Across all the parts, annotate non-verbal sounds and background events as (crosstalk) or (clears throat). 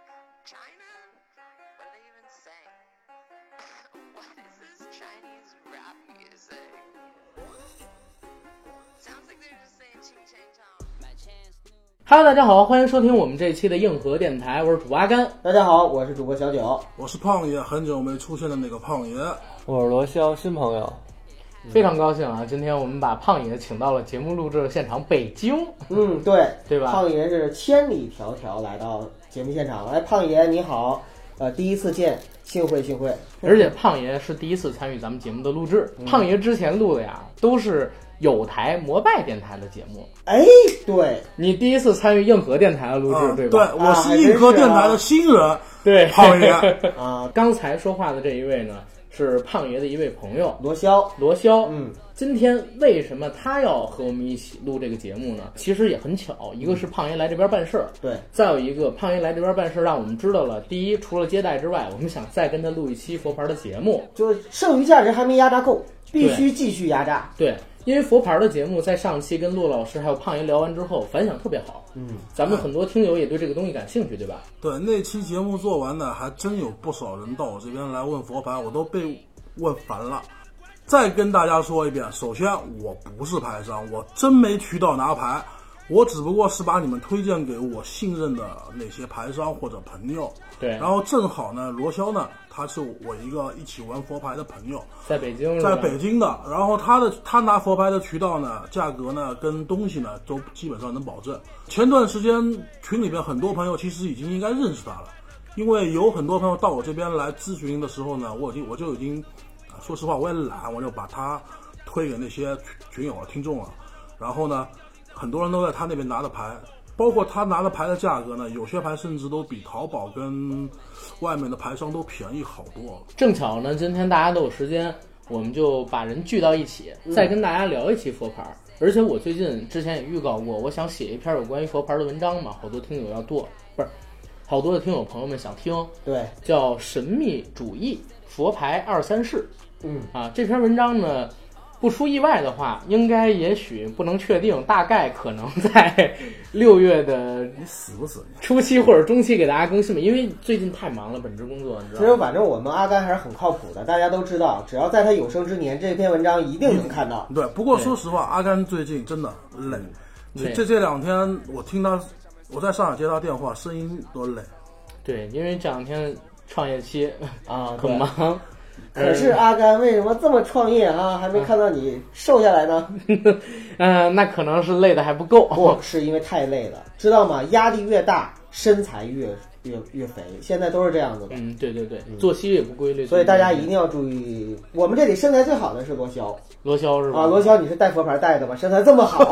China? What are they even saying? (laughs) what is this Chinese rap music? Sounds like they're just saying ching chang chong. Hello，大家好，欢迎收听我们这一期的硬核电台，我是主播阿甘。大家好，我是主播 (laughs) 小九。我是胖爷，很久没出现的那个胖爷。我是罗霄，新朋友。非常高兴啊！今天我们把胖爷请到了节目录制的现场北京。嗯，对，对吧胖爷是千里迢迢来到节目现场。哎，胖爷你好，呃，第一次见，幸会幸会。而且胖爷是第一次参与咱们节目的录制，胖爷之前录的呀都是有台摩拜电台的节目，哎，对，你第一次参与硬核电台的录制，啊，对对，吧？啊我是硬核电台的新人，对， (laughs) 胖爷。啊，刚才说话的这一位呢是胖爷的一位朋友罗霄，罗霄，嗯，今天为什么他要和我们一起录这个节目呢？其实也很巧，一个是胖爷来这边办事儿，对，再有一个，胖爷来这边办事，让我们知道了。第一，除了接待之外，我们想再跟他录一期佛牌的节目。就是剩余价值还没压榨够，必须继续压榨。对，因为佛牌的节目在上期跟骆老师还有胖爷聊完之后，反响特别好。嗯，咱们很多听友也对这个东西感兴趣，对吧？对，那期节目做完呢，还真有不少人到我这边来问佛牌，我都被问烦了。再跟大家说一遍，首先我不是牌商，我真没渠道拿牌，我只不过是把你们推荐给我信任的那些牌商或者朋友。对然后正好呢，罗霄呢，他是我一个一起玩佛牌的朋友，在北京是吧，在北京的，然后他的他拿佛牌的渠道呢，呃价格呢跟呃东西呢都基本上能保证。前段时间群里边很多朋友其实已经应该认识他了，因为有很多朋友到我这边来咨询的时候呢，我已经我就已经，啊说实话我也懒，我就把他推给那些群群友啊听众啊，然后呢，很多人都在他那边拿的牌。包括他拿的牌的价格呢，有些牌甚至都比淘宝跟外面的牌商都便宜好多了。正巧呢，今天大家都有时间，我们就把人聚到一起，嗯再跟大家聊一期佛牌。而且我最近之前也预告过，我想写一篇有关于佛牌的文章嘛，好多听友要做，不是，好多的听友朋友们想听，对，叫《神秘主义佛牌二三事》嗯，啊。这篇文章呢，不出意外的话，应该也许不能确定，大概可能在 (laughs) 六月的你死不死你？初期或者中期给大家更新吧，因为最近太忙了，本职工作你知其道吗？实反正我们阿甘还是很靠谱的，大家都知道，只要在他有生之年，这篇文章一定能看到。对，不过说实话，阿甘最近真的累，累这这这两天我听他，我在上海接他电话，声音都累。对，因为这两天创业期啊，很 (laughs) 对忙，可是阿甘为什么这么创业啊？还没看到你瘦下来呢？嗯、那可能是累的还不够。不是因为太累了，知道吗？压力越大，身材越越越肥，现在都是这样子的。 (laughs) 嗯，对对对，作息也不规律，所以大家一定要注意，我们这里身材最好的是罗霄罗霄是吧？啊，罗霄你是带佛牌带的吧？身材这么好，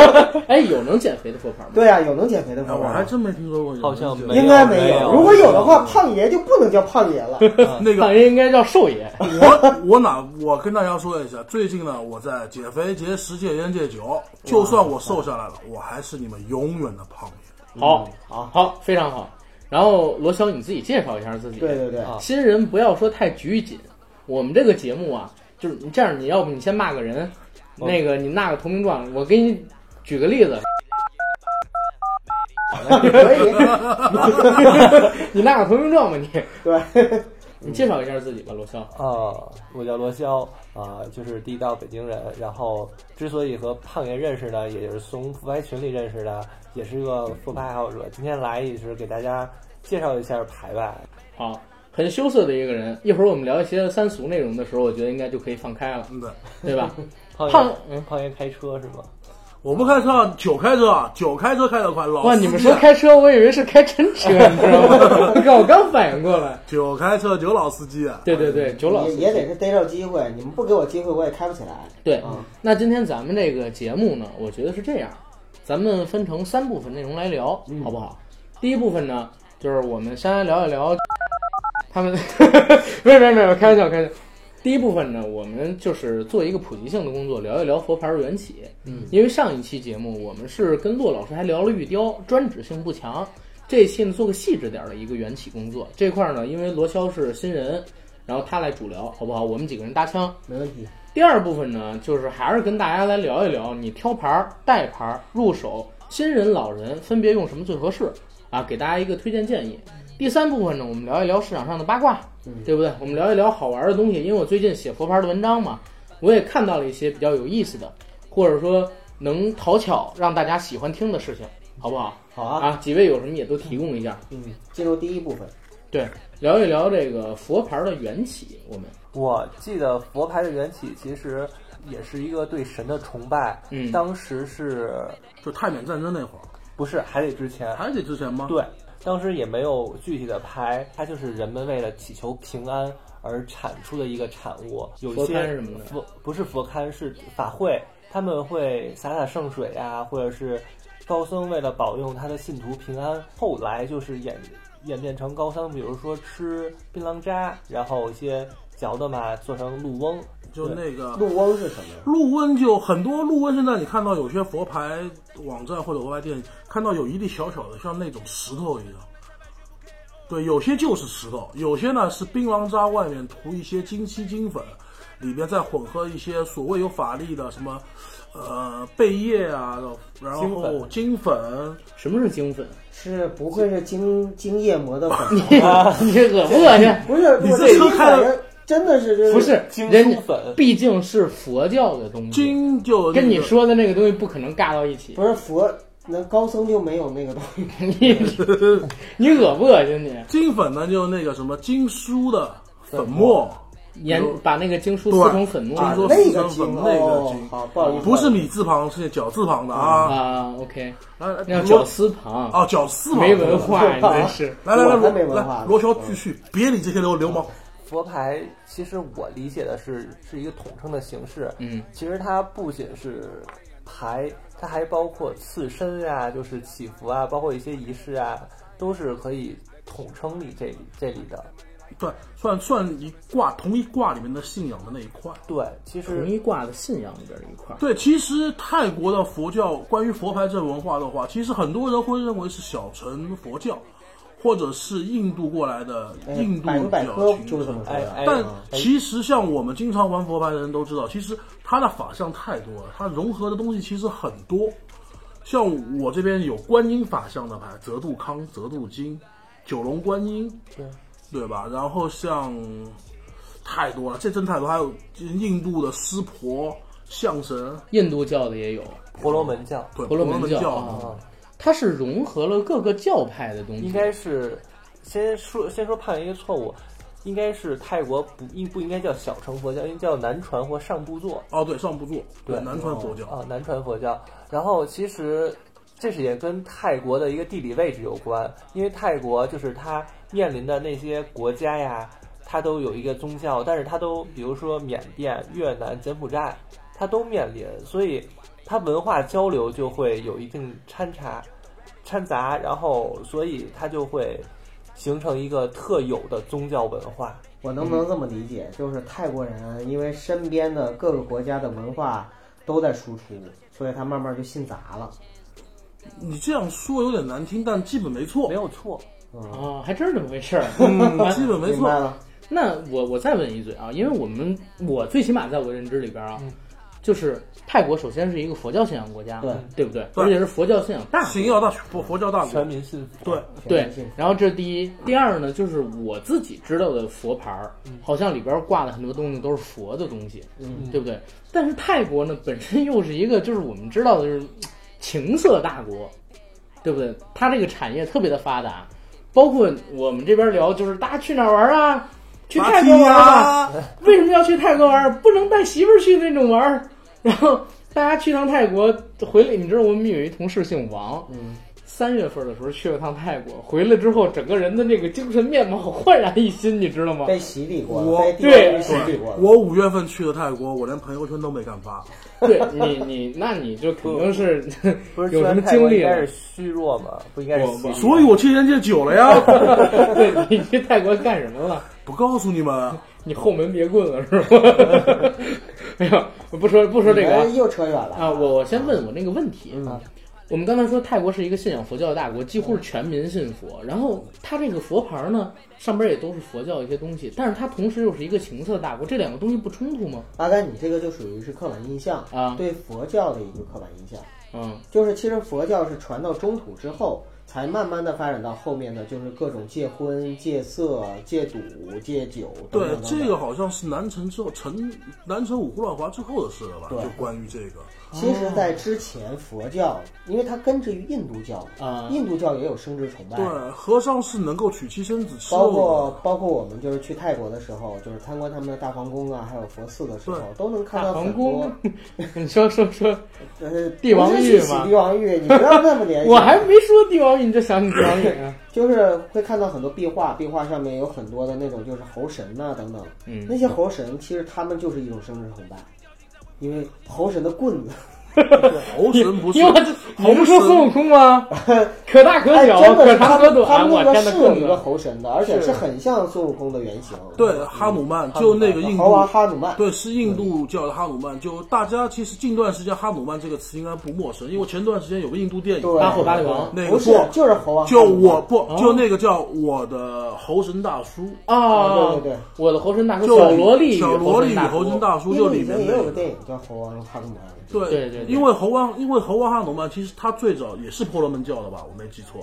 (laughs) 哎，有能减肥的佛牌吗？对啊，有能减肥的哎佛我还牌吗，真没听说过有人好像这没 (laughs) 应该没有。有如果有的话，胖爷就不能叫胖爷了。那胖 (laughs) (laughs) 个。爷应该叫寿爷。嗯我我哪我跟大家说一下，最近呢，我在减肥、节食、戒烟、戒酒。就算我瘦下来了，我还是你们永远的胖爷。好，好好，非常好。然后罗霄，你自己介绍一下自己。对对对，啊新人不要说太拘谨。我们这个节目啊，就是你这样，你要不你先骂个人，哦那个你纳个投名状，我给你举个例子， (laughs) 可以，你纳个投名状吧你。对， (laughs) 你介绍一下自己吧，罗霄。啊，我叫罗霄啊，就是地道北京人。然后之所以和胖爷认识呢，也是从复牌群里认识的，也是个复牌爱好者。今天来也是给大家介绍一下牌外。好，很羞涩的一个人。一会儿我们聊一些三俗内容的时候，我觉得应该就可以放开 (laughs) 了，真的，对吧？胖胖爷，嗯，胖爷开车是吗？我不开车啊，酒开车啊，酒开车开得快，老哇，司你机们说啊开车，我以为是开真车，你知道吗？ (laughs) 你看我刚反应过来。酒开车，酒老司机啊。对对对，九老也师也得是逮着机会，你们不给我机会，我也开不起来。对嗯，那今天咱们这个节目呢，我觉得是这样，咱们分成三部分内容来聊，好不好？第一部分呢，就是我们先来聊一聊他们， (laughs) 没有没有没有，开玩笑开玩笑。第一部分呢，我们就是做一个普及性的工作，聊一聊佛牌的缘起。嗯，因为上一期节目我们是跟骆老师还聊了玉雕，专指性不强。这一期呢，做个细致点儿的一个缘起工作。这块儿呢，因为罗霄是新人，然后他来主聊，好不好？我们几个人搭腔。没问题，第二部分呢，就是还是跟大家来聊一聊，你挑牌儿、带牌儿、入手，新人、老人分别用什么最合适啊？给大家一个推荐建议。第三部分呢，我们聊一聊市场上的八卦，对不对？我们聊一聊好玩的东西，因为我最近写佛牌的文章嘛，我也看到了一些比较有意思的，或者说能讨巧让大家喜欢听的事情，好不好？好啊，啊，几位有什么也都提供一下，嗯，进入第一部分，对，聊一聊这个佛牌的缘起，我们我记得佛牌的缘起其实也是一个对神的崇拜，嗯当时是就泰缅战争那会儿，不是还得之前？还得之前吗？，对，当时也没有具体的牌，它就是人们为了祈求平安而产出的一个产物。有一佛龛些什么的佛不是佛龛，是法会，他们会洒洒圣水啊，或者是高僧为了保佑他的信徒平安，后来就是演演变成高僧，比如说吃槟榔渣，然后一些嚼的嘛，做成鹿翁。就那个陆翁是什么呀？陆温就很多陆温，现在你看到有些佛牌网站或者佛牌店，看到有一粒小小的，像那种石头一样。对，有些就是石头，有些呢是槟榔渣外面涂一些金漆金粉，里边再混合一些所谓有法力的什么，呃，贝叶啊，然金后粉金粉，什么是精粉？是不愧是精精液磨的粉，你这恶不恶心？不是，你我这第一车开反的应真的是这不是，精人家疏粉毕竟是佛教的东西，金就、跟你，说的那个东西不可能尬到一起。不是佛，那高僧就没有那个东西。你 (laughs) 你恶不恶心你？金粉呢就那个什么经书的粉末，研有把那个经书对撕成粉末经书那个经四川粉那个哦经，好，不好意思，不是米字旁，是绞字旁的啊。啊，OK，来来要罗绞丝旁，哦，绞丝嘛，没文化，对你真是。 (laughs) 来来来，我罗才没文化嗯来呢罗霄继续，别理这些流流氓。佛牌其实我理解的是是一个统称的形式，嗯，其实它不仅是牌，它还包括刺身啊，就是祈福啊，包括一些仪式啊，都是可以统称你这里这里的。对，算算一卦，同一卦里面的信仰的那一块。对，其统实一卦的信仰里边的一块儿，对，其实泰国的佛教关于佛牌这文化的话，其实很多人会认为是小乘佛教，或者是印度过来的哎印度百度百科就教群是这么传说。哎哎，但哎其实像我们经常玩佛牌的人都知道，其实它的法相太多了，它融合的东西其实很多。像我这边有观音法相的牌，泽度康、泽度金、九龙观音，对对吧？然后像太多了，这真太多，还有印度的湿婆、象神，印度教的也有，婆罗门教对，婆婆罗罗门门教教，啊，哦它是融合了各个教派的东西应。该是先说先说判一个错误。应该是泰国不应不应该叫小乘佛教，应该叫南传或上部座。哦，对，上部座，对南传佛哦教，啊，南传佛教。然后其实这是也跟泰国的一个地理位置有关，因为泰国就是它面临的那些国家呀，它都有一个宗教，但是它都比如说缅甸、越南、柬埔寨，它都面临，所以它文化交流就会有一定掺杂、掺杂，然后所以它就会形成一个特有的宗教文化。我能不能这么理解？就是泰国人啊因为身边的各个国家的文化都在输出，所以他慢慢就信杂了。你这样说有点难听，但基本没错没，有错，哦，还真是这么回事儿。基本没明错白。了，那我我再问一嘴啊，因为我们我最起码在我认知里边啊，就是泰国首先是一个佛教信仰国家，对对不对？对而且是佛教信仰大国行药大学佛佛教大全国，民信佛。对，对全信，然后这是第一，第二呢，就是我自己知道的佛牌儿，好像里边挂的很多东西都是佛的东西，嗯对不对？但是泰国呢，本身又是一个就是我们知道的就是情色大国，对不对？它这个产业特别的发达，包括我们这边聊，就是大家去哪儿玩啊？去泰国玩吧。芭提雅为什么要去泰国玩儿？不能带媳妇儿去那种玩儿。然后大家去趟泰国，回来你知道我们有一同事姓王，嗯，三月份的时候去了趟泰国，回来之后整个人的那个精神面貌焕然一新，你知道吗？被洗礼过我了，被地对狱洗礼过了。我五月份去的泰国，我连朋友圈都没敢发。对你你那你就肯定是 (laughs) 不是有什全么泰国经历应该了是。虚弱嘛，不应该是我虚我弱所以我去人家久了呀，对你去泰国干什么了？ (laughs) 不告诉你们，你后门别棍了是吗？ (laughs) 没有，我不说不说这个啊你们又扯远了啊，我我先问我那个问题。嗯我们刚才说泰国是一个信仰佛教的大国，几乎是全民信佛。然后它这个佛牌呢，上边也都是佛教一些东西，但是它同时又是一个情色大国，这两个东西不冲突吗？阿甘，你这个就属于是刻板印象啊对佛教的一个刻板印象。嗯就是其实佛教是传到中土之后，才慢慢的发展到后面的就是各种戒婚、戒色、戒赌、戒酒等对等，等这等个好像是南陈之后，陈南陈五胡乱华之后的事了吧？对就关于这个，其哦实，在之前佛教，因为它根植于印度教，啊印度教也有生殖崇拜，对，和尚是能够娶妻生子吃包肉括包括我们就是去泰国的时候，就是参观他们的大皇宫啊，还有佛寺的时候对，都能看到皇很宫多。， (laughs) 你说说说，呃，帝王不是浴去洗吗帝王浴，你不要那 (laughs) 么联想。我还没说帝王浴，你就想起帝王浴啊？就是会看到很多壁画，壁画上面有很多的那种就是猴神呐、等等。嗯那些猴神其实他们就是一种生殖崇拜，因为猴神的棍子，猴神不是因为我这猴你不说孙悟神，空 (laughs) 吗？可大可哎，小，真的可是他长可们他短，哎我们那个天呐，是有棍一个子！猴神的，而且是是很像孙悟空的原型。嗯对哈努曼就那个印猴王度。哈努曼。对，是印度教的哈努曼。就大家其实近段时间“哈努曼”这个词应该不陌生，因为前段时间有个印度电影对，巴霍巴利王那个不是不就是猴王哈就努曼，我不就那个叫我的猴神大叔，啊，对对对，我的猴神大叔就小萝莉与小萝莉与猴神神大叔因就为里以面前也那有个个电影叫猴王哈努曼。对对对对因为猴王因为猴王哈努曼其实他最早也是婆罗门教的吧，我没记啊错。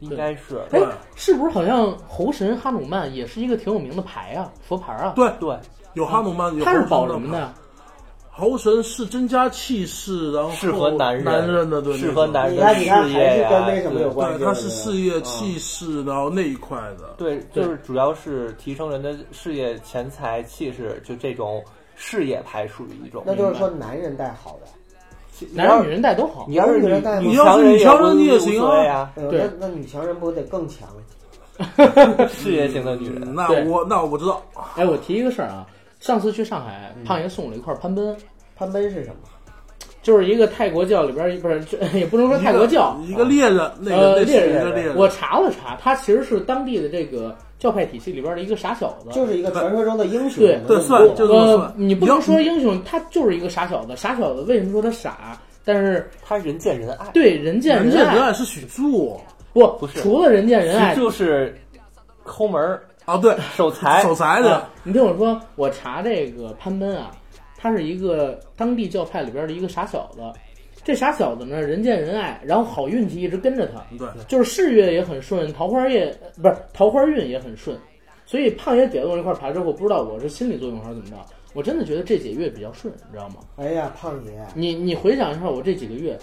应该是哎对，是不是好像猴神哈努曼也是一个挺有名的牌啊，佛牌啊？，对，对，有哈努曼，有他是猴保神什么的？猴神是增加气势，然后适合男人，男人的对，适合那种男你人看，的你看，事还业啊是呀、跟那什么有关对，系？他是对事业嗯气势，然后那一块的。对，就是主要是提升人的事业、钱财、气势，就这种事业牌属于一种不对，那就是说男人带好的。男人女人带都好。你要是女人带女你要是人女强人无你也无行啊所谓啊，哎呦对那那女强人不得更强？事业型的女人。嗯那对我那我知道，哎，我提一个事儿啊，上次去上海，嗯胖爷送我了一块攀奔，攀奔是什么？就是一个泰国教里边儿不是， (laughs) 这也不能说一泰个国教，一个猎人，那个呃那是猎一个人猎人，我查了查，他其实是当地的这个教派体系里边儿的一个傻小子，就是一个传说中的英雄。呃对能对够算过就这么呃算，你不你要能说英雄，他就是一个傻小子。傻小子为什么说他傻？但是她人见人爱，对人见人见人爱，爱是许柱不不是除了人见人爱实，就是抠 (laughs) 门儿、啊，对，守财、守财哎啊的，你听我说，我查这个潘奔啊，他是一个当地教派里边的一个傻小子。这傻小子呢，人见人爱，然后好运气一直跟着他。对，就是事业也很顺，桃花也呃不是桃花运也很顺，所以胖爷给了我这块牌之后，不知道我是心理作用还是怎么着，我真的觉得这几个月比较顺，你知道吗？哎呀，胖爷，你你回想一下我这几个月，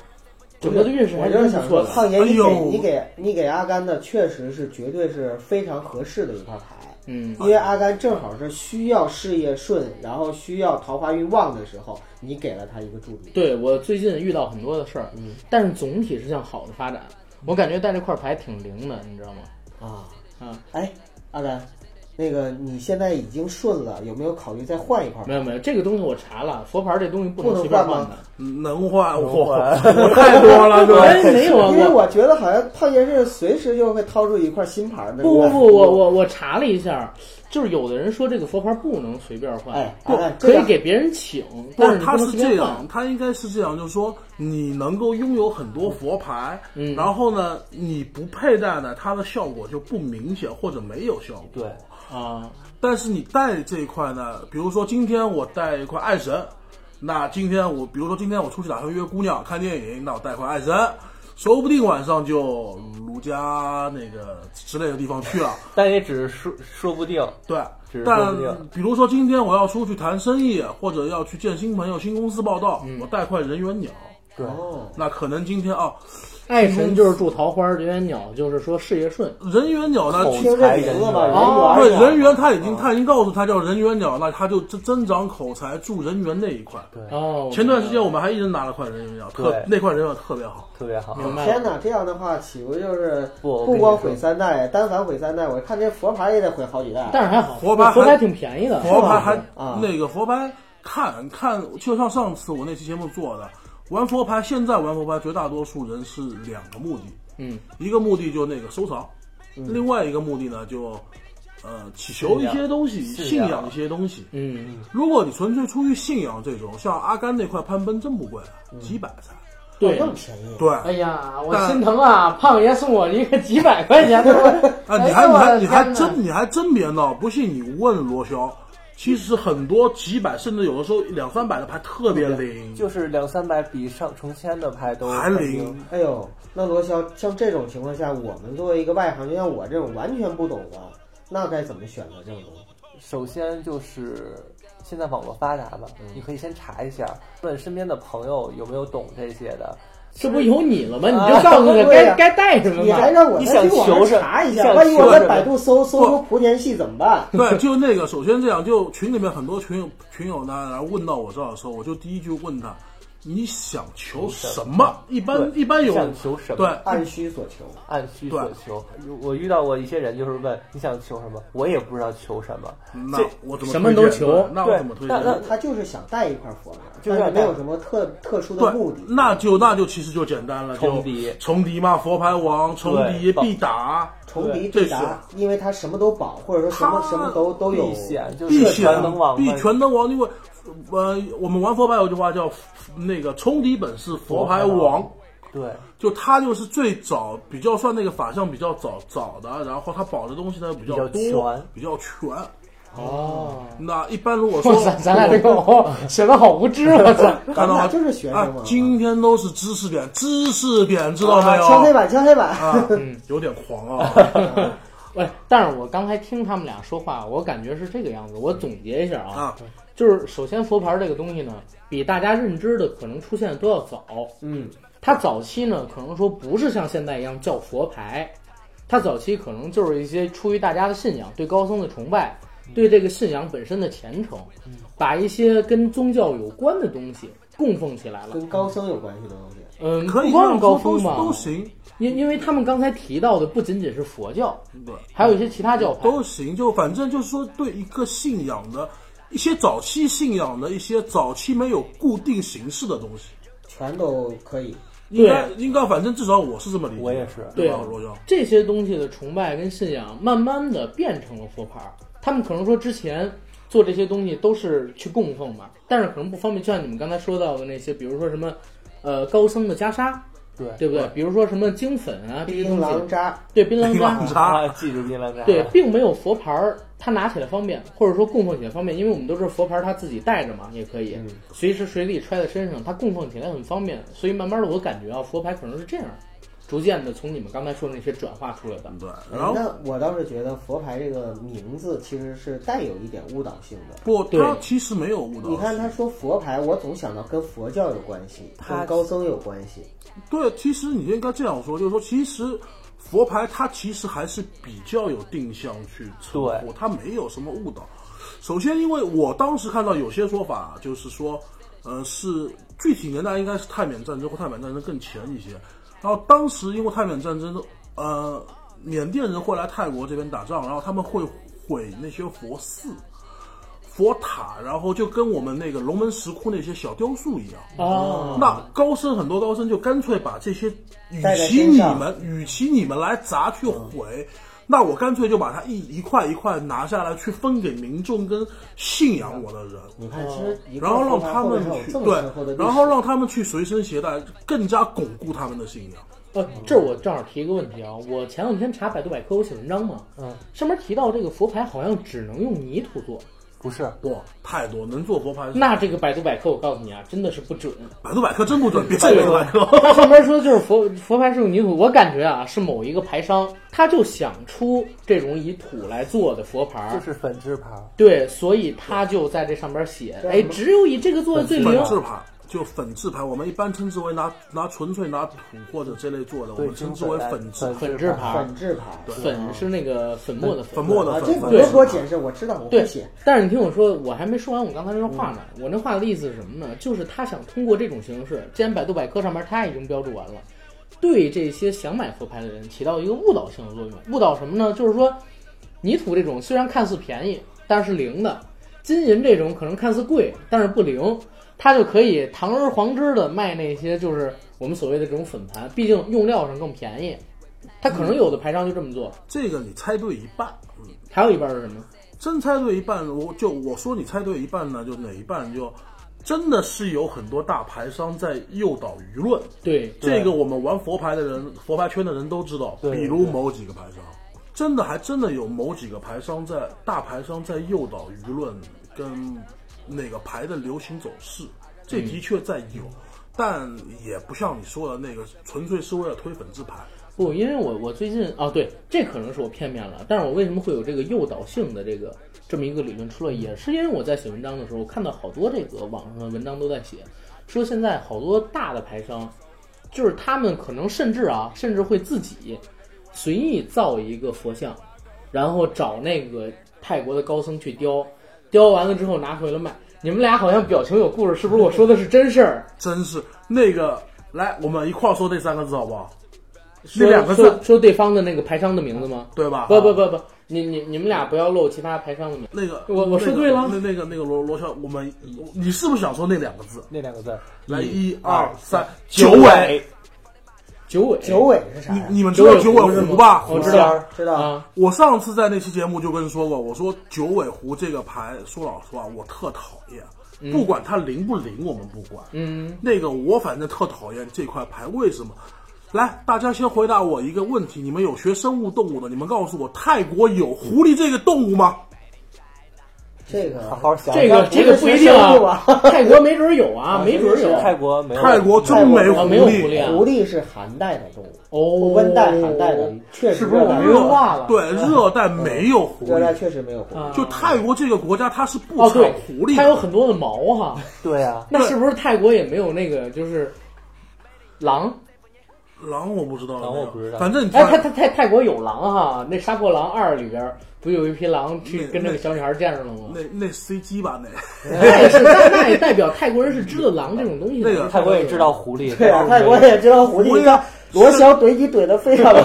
整个的运势我还就真是不想错说，的。胖爷，你哎给呦你给你给阿甘的确实是绝对是非常合适的一块牌，嗯，因为阿甘正好是需要事业顺，然后需要桃花运旺的时候，你给了他一个助力。对我最近遇到很多的事儿，嗯但是总体是向好的发展。我感觉带这块牌挺灵的，你知道吗？啊啊，哎，阿甘，那个你现在已经顺了，有没有考虑再换一块没？有没有，这个东西我查了，佛牌这东西不能不能随便换换吗的。嗯能换能换我太多 (laughs) 了，对，哎，没有啊，因为我我觉得好像胖爷是随时就会掏出一块新牌的。不不不，我我我查了一下，就是有的人说这个佛牌不能随便换，哎，不阿甘，可这以样给别人请，不但是，是你他不能是随这便换样，。他应该是这样，就是说你能够拥有很多佛牌，嗯然后呢，你不佩戴呢，它的效果就不明显或者没有效果。对，啊，但是你戴这一块呢，比如说今天我戴一块爱神，那今天我比如说今天我出去打算约姑娘看电影，那我戴一块爱神，说不定晚上就卢家那个之类的地方去了。但也只是说说不定。对只是，说但不定比如说今天我要出去谈生意，啊或者要去见新朋友、新公司报道，我带块人猿鸟。嗯对，哦，那可能今天啊，爱神就是祝桃花，人缘鸟就是说事业顺。人猿鸟呢，口啊去听这名字吧，人哦缘对呀人猿他已经他已经告诉他叫人猿鸟，那他就增增长口才助人猿那一块。对，哦，前段时间我们还一人拿了块人猿鸟，特对那块人猿鸟特别好。特别嗯好。明白天了。哪，这样的话岂不就是不我不跟光你说毁三代，单反毁三代？我看这佛牌也得毁好几代。但是还好，佛牌还佛牌挺便宜的。佛牌还是啊吧那个佛牌看看，就像上次我那期节目做的，玩佛牌，现在玩佛牌绝大多数人是两个目的，嗯，一个目的就那个收藏，另外一个目的呢就，呃，祈求一些东西，信信仰仰一些东西。嗯，如果你纯粹出于信仰这种，像阿甘那块攀奔真不贵，啊几百才。对那。么便宜。对，嗯哎呀，我但心疼啊！胖爷送我一个几百块钱的，啊，你哎呦还你我还的你还天哪真你还真别闹，不信你问罗霄。其实很多几百，甚至有的时候两三百的牌特别灵，就是两三百比上成千的牌都还肯定灵。哎呦，那罗霄，像这种情况下，我们作为一个外行，就像我这种完全不懂的，那该怎么选择这种东西？首先就是现在网络发达嘛，嗯你可以先查一下，问身边的朋友有没有懂这些的。 (laughs) 这不有你了吗？你啊就告诉我对呀该该带什么你还吧。让我你再想去网上求什么查一你下，想万一我求在什么百度搜搜出不莆田系怎么办？ (laughs) 对，就那个，首先这样，就群里面很多群友群友呢，然后问到我这儿的时候，我就第一句问他，你想求什么？一般对一般有你想求什么对，按需所求，按需所求。我遇到过一些人，就是问你想求什么，我也不知道求什么。那这我怎么什么推都荐求那我怎么推对那荐？那他就是想带一块佛牌，就是但是要没有带什么特特殊的对目的，。那就那就其实就简单了，就重敌重敌嘛，佛牌王重敌对宝必打，重敌对必达，因为他什么都保，或者说什么他什么都都有避。险就必是选啊全能网必嘛，全能王，因为呃，我们玩佛牌有句话叫那个冲敌本是佛牌王。对。就他就是最早比较算那个法相比较早早的，然后他保的东西呢比较比较多全，比较全。哦，那一般如果 (laughs) 说哇塞，咱俩这个哦显得好无知，我操！咱看到俩吗？就是学生嘛啊，今天都是知识点，知识点知道没啊，敲黑有？板，敲黑板。 (laughs) 啊，有点狂啊！ (laughs) 喂，但是我刚才听他们俩说话，我感觉是这个样子。我总结一下啊，啊，就是首先佛牌这个东西呢，比大家认知的可能出现的都要早。嗯，它早期呢，可能说不是像现在一样叫佛牌，它早期可能就是一些出于大家的信仰、对高僧的崇拜、嗯对这个信仰本身的虔诚，把一些跟宗教有关的东西供奉起来了。跟高僧有关系的东西。嗯，可以不光让是高都僧吧，都行，因因为他们刚才提到的不仅仅是佛教，对，还有一些其他教派。都行，就反正就是说对一个信仰的一些早期信仰的一些早期没有固定形式的东西，全都可以。应该应该反正至少我是这么理解的，我也是对对吧，罗霄？这些东西的崇拜跟信仰，慢慢的变成了佛牌儿。他们可能说之前做这些东西都是去供奉嘛，但是可能不方便。就像你们刚才说到的那些，比如说什么，呃，高僧的袈裟，对对不对？比如说什么经粉啊这些槟东榔西，渣，对槟榔槟榔渣，渣啊，记住槟榔渣。对，并没有佛牌儿，它拿起来方便，或者说供奉起来方便，因为我们都知道佛牌儿它自己带着嘛，也可以随时随地揣在身上，它供奉起来很方便。所以慢慢的，我感觉啊，佛牌可能是这样，逐渐的从你们刚才说的那些转化出来的。对，哎然后那我倒是觉得佛牌这个名字其实是带有一点误导性的。不，对他其实没有误导。你看他，说佛牌，我总想到跟佛教有关系，他跟高僧有关系。对，其实你应该这样说，就是说，其实佛牌它其实还是比较有定向去称呼对，它没有什么误导。首先，因为我当时看到有些说法，就是说，呃，是具体年代应该是泰缅战争或泰缅战争更前一些。然后当时因为泰缅战争，呃，缅甸人会来泰国这边打仗，然后他们会毁那些佛寺、佛塔，然后就跟我们那个龙门石窟那些小雕塑一样。嗯哦，那高僧很多高僧就干脆把这些，与带在其身你上们与其你们来砸去毁，那我干脆就把它一一块一块拿下来去分给民众跟信仰我的人。你看，其实一个然后佛让牌他后们面还有去这么对深厚的，历史然后让他们去随身携带，更加巩固他们的信仰。呃，这我正好提一个问题啊，我前两天查百度百科，我写文章嘛，嗯，上面提到这个佛牌好像只能用泥土做，不是，哇，太多能做佛牌的，那这个百度百科我告诉你啊，真的是不准。百度百科真不准，别信百度百科。它上面说的就是佛佛牌是用泥土，我感觉啊是某一个牌商，他就想出这种以土来做的佛牌，就是粉制牌。对，所以他就在这上边写，对哎，只有以这个做 (laughs) 的最灵粉。制牌就粉制牌，我们一般称之为拿拿纯粹拿土或者这类做的，我对，们称之为粉制粉粉制牌粉制牌粉是那个粉末的粉末的啊，粉这制个牌。不用给我解释，我知道，我对会写。，但是你听我说，我还没说完我刚才那话呢。我那话的意思是什么呢？就是他想通过这种形式，既然百度百科上面他已经标注完了，对这些想买佛牌的人起到一个误导性的作用。误导什么呢？就是说，泥土这种虽然看似便宜，但是灵的；金银这种可能看似贵，但是不灵，它就可以堂而皇之的卖那些就是我们所谓的这种粉盘，毕竟用料上更便宜。它可能有的牌商就这么做，这个你猜对一半，嗯，还有一半是什么？真猜对一半，我就我说你猜对一半呢，就哪一半就真的是有很多大牌商在诱导舆论。对，这个我们玩佛牌的人，佛牌圈的人都知道，对比如某几个牌商，真的还真的有某几个牌商在大牌商在诱导舆论跟哪个牌的流行走势，嗯这的确在有，但也不像你说的那个纯粹是为了推粉制牌。不，因为我我最近啊，对，这可能是我片面了，但是我为什么会有这个诱导性的这个这么一个理论出来，也是因为我在写文章的时候，我看到好多这个网上的文章都在写，说现在好多大的牌商，就是他们可能甚至啊，甚至会自己随意造一个佛像，然后找那个泰国的高僧去雕，雕完了之后拿回来卖。你们俩好像表情有故事，是不是？我说的是真事 (laughs) 儿。真是那个，来，我们一块儿说这三个字好不好？说那两个说字，说对方的那个牌商的名字吗？对吧？不不不不，你你你们俩不要露其他牌商的名。那个，我我说对了那那个那个罗罗霄，我们你是不是想说那两个字？嗯那两个字儿，来，一一二三，九尾。九尾，九尾是啥你呀？你们知道九九尾尾狐狐吧？我知仙道儿知道？啊，我上次在那期节目就跟说过，我说九尾狐这个牌，说老实话，我特讨厌，不管它灵不灵，我们不管。嗯，那个我反正特讨厌这块牌，为什么？来，大家先回答我一个问题：你们有学生物动物的，你们告诉我，泰国有狐狸这个动物吗？这个好好想这个想。这个不一定这个啊， (laughs) 泰国没准儿有啊，没准儿这有个是泰国没有，泰国真没啊没有狐狸啊狐狸是寒带的动物，哦，温带寒带的啊确实是不是我们热带热化了？嗯对，热带没有狐热带狸，确实没有狐狸。啊，就泰国这个国家它是不哦产对狐狸，它有很多的毛哈，对啊，那是不是泰国也没有那个就是狼？狼我不知道有没有，狼我不知道反正你哎，看泰泰泰泰国有狼哈，那《杀破狼二》里边儿不有一匹狼去跟那个小女孩见着了吗？那那 (laughs) CG 吧，那那也是，那那也代表泰国人是知道狼这种东西的。那个泰国也知道狐狸，对啊，但是泰国没有也知道狐狐狸。狸你看罗翔怼你怼的非常好。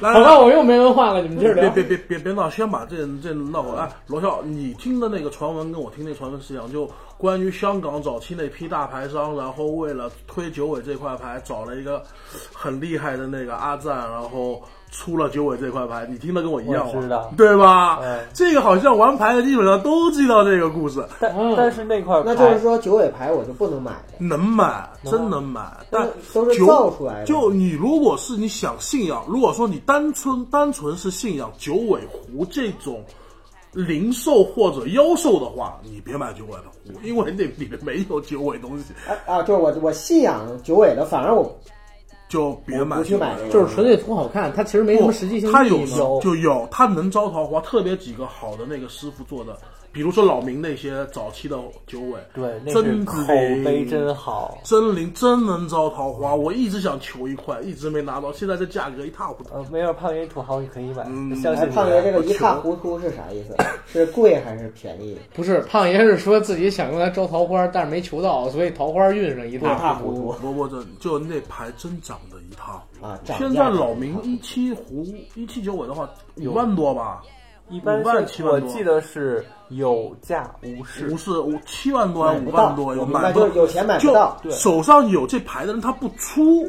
来好来吧，我又没文化了，你们接着别聊。别别别别闹，先把这这闹回来。哎罗笑，你听的那个传闻跟我听那传闻是一样，就关于香港早期那批大牌商，然后为了推九尾这块牌，找了一个很厉害的那个阿赞，然后出了九尾这块牌。你听的跟我一样我知吗道？对吧嗯？这个好像玩牌的基本上都知道这个故事，嗯但但是那块儿那就是牌说九尾牌我就不能买了。能买，真能买，都但是都是九造出来的就你如果是你想信仰，如果说你单纯单纯是信仰九尾狐这种零售或者妖兽的话，你别买九尾的狐，因为那里面没有九尾东西，啊啊，就是我我信仰九尾的，反而我就别买不去九尾买这个。就是纯粹图好看，它其实没什么实际性他意有义嘛。就有，他能招桃花，特别几个好的那个师傅做的，比如说老明那些早期的九尾，对，那是真口灵碑真好。真灵真能招桃花，我一直想求一块，一直没拿到，现在这价格一塌糊涂。呃，没有胖爷土豪，你可以买，嗯相哎，信你。啊胖爷这个一塌糊涂是啥意思？是贵还是便宜？不是胖爷是说自己想用来招桃花，但是没求到，所以桃花运上一一塌塌糊涂。糊涂啊不不，这就那牌真涨得一塌糊涂。啊！涨价现在老明一七胡一七九尾的话，五万多吧，一般五万是七万我多记得是有价无市不，是五七万多还是买五不到万多，有我明白买不就是有钱买不就到对手上有这牌的人他不出，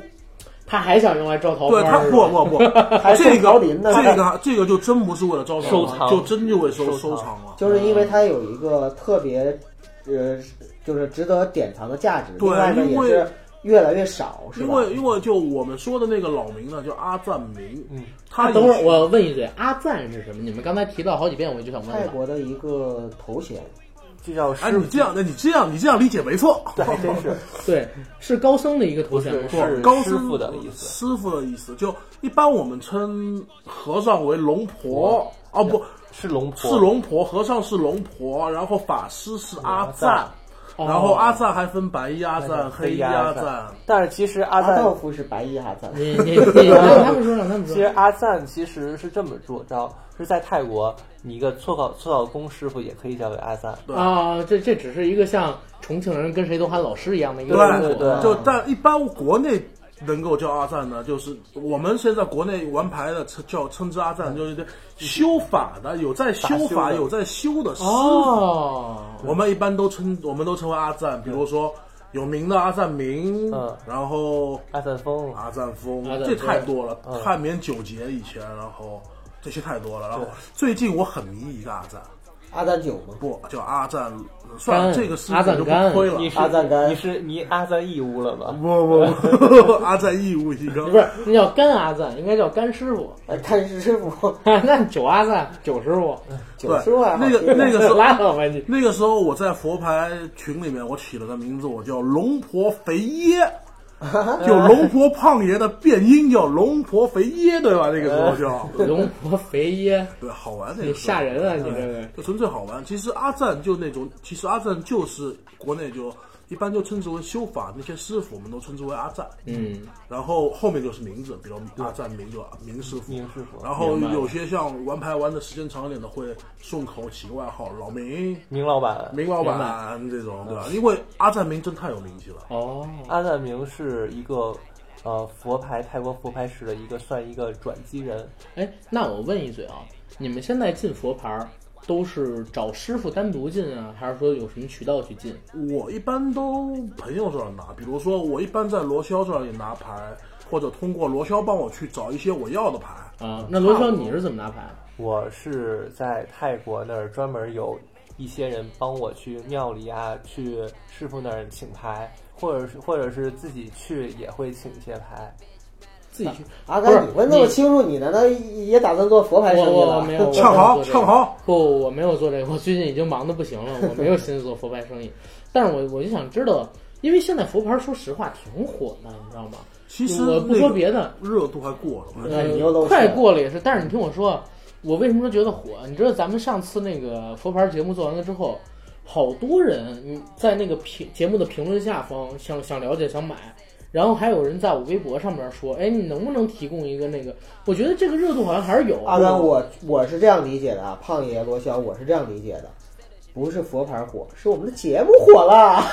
他还想用来招桃花，对他是不吧不 (laughs) 不，还送这桃个林呢这个这个就真不是为了招收藏，藏就真就为收收收藏藏了。就是因为它有一个特别，呃，就是值得典藏的价值。对另外呢，因也为是越来越少，是因吧？为因为就我们说的那个老明呢，叫阿赞明，嗯，他等会儿也我问一嘴，阿赞是什么？你们刚才提到好几遍，我就想问泰了。国的一个头衔，就叫哎，师你傅这，样，那你这样，你这样理解没错，对，还真是对，是高僧的一个头衔吗不？不是高师僧傅的意思师傅的意思，就一般我们称和尚为龙婆，哦不是龙婆，是龙婆，和尚是龙婆，然后法师是阿赞，哦然后阿赞还分白衣阿赞、黑黑衣阿赞。。但是其实阿阿道赞，夫是白衣阿赞，你你 (laughs) 你让他们说，让他们其实说。阿赞其实是这么做招，是在泰国，你一个搓烤搓烤工师傅也可以叫为阿赞。对啊，这这只是一个像重庆人跟谁都喊老师一样的一个对称呼对对就但一般国内能够叫阿赞呢，就是我们现在国内玩牌的称叫称之阿赞，就是这修法的，有在修嗯法修法，的有在修的师傅。哦，我们一般都称，我们都称为阿赞，比如说有名的阿赞明，嗯然后阿赞风，阿赞峰阿赞，峰这太多了嗯。汉绵九杰以前，然后这些太多了。然后最近我很迷一个阿赞，阿赞酒吗？不叫阿赞，算了，干这个师阿傅赞就不干推了。你是阿赞干你是你阿赞义乌了吗？不不不， (laughs) 阿赞义无提高不。是，那叫干阿赞，应该叫干师傅。 (laughs) 哎，看师傅，那九阿赞，九师 (laughs) 傅，九师傅还好那听个那个时候拉倒吧你。那个时候我在佛牌群里面，我起了个名字，我叫龙婆肥耶，就龙婆胖爷的变音叫龙婆肥耶，对吧？那个时候叫。龙婆肥 (laughs) 耶，对，好玩那你个时候吓人啊！你这对个，就纯粹好玩。其实阿赞就那种，其实阿赞就是国内就一般就称之为修法那些师傅，我们都称之为阿赞。嗯，然后后面就是名字，比如阿赞明就明师傅。明师傅然后明白有些像玩牌玩的时间长一点的，会顺口起个外号老明、明老板，明老板这种，对吧？因为阿赞明真太有名气了。哦，阿赞明是一个呃佛牌泰国佛牌史的一个算一个转机人，哎，那我问一嘴啊，你们现在进佛牌儿都是找师傅单独进啊，还是说有什么渠道去进？我一般都朋友这儿拿，比如说我一般在罗霄这里拿牌，或者通过罗霄帮我去找一些我要的牌。啊，那罗霄你是怎么拿牌？啊我是在泰国那儿专门有一些人帮我去庙里啊，去师傅那儿请牌，或者是或者是自己去也会请一些牌。自己去。阿不是甘，你问那么你清楚，你难道也打算做佛牌生我意我了？没有，我没有唱好做这个唱好，不，我没有做这个，我最近已经忙得不行了，我没有心思做佛牌生意。但是我我就想知道，因为现在佛牌说实话挺火的，你知道吗？其实我不那说个别的，热度还过了，哎你又呃，露快馅了过了也是。但是你听我说，啊我为什么说觉得火？啊你知道咱们上次那个佛牌节目做完了之后，好多人嗯在那个评节目的评论下方想想了解想买，然后还有人在我微博上面说，哎，你能不能提供一个那个？我觉得这个热度好像还是有。阿甘，我我是这样理解的啊，胖爷罗霄，我是这样理解的，不是佛牌火，是我们的节目火了。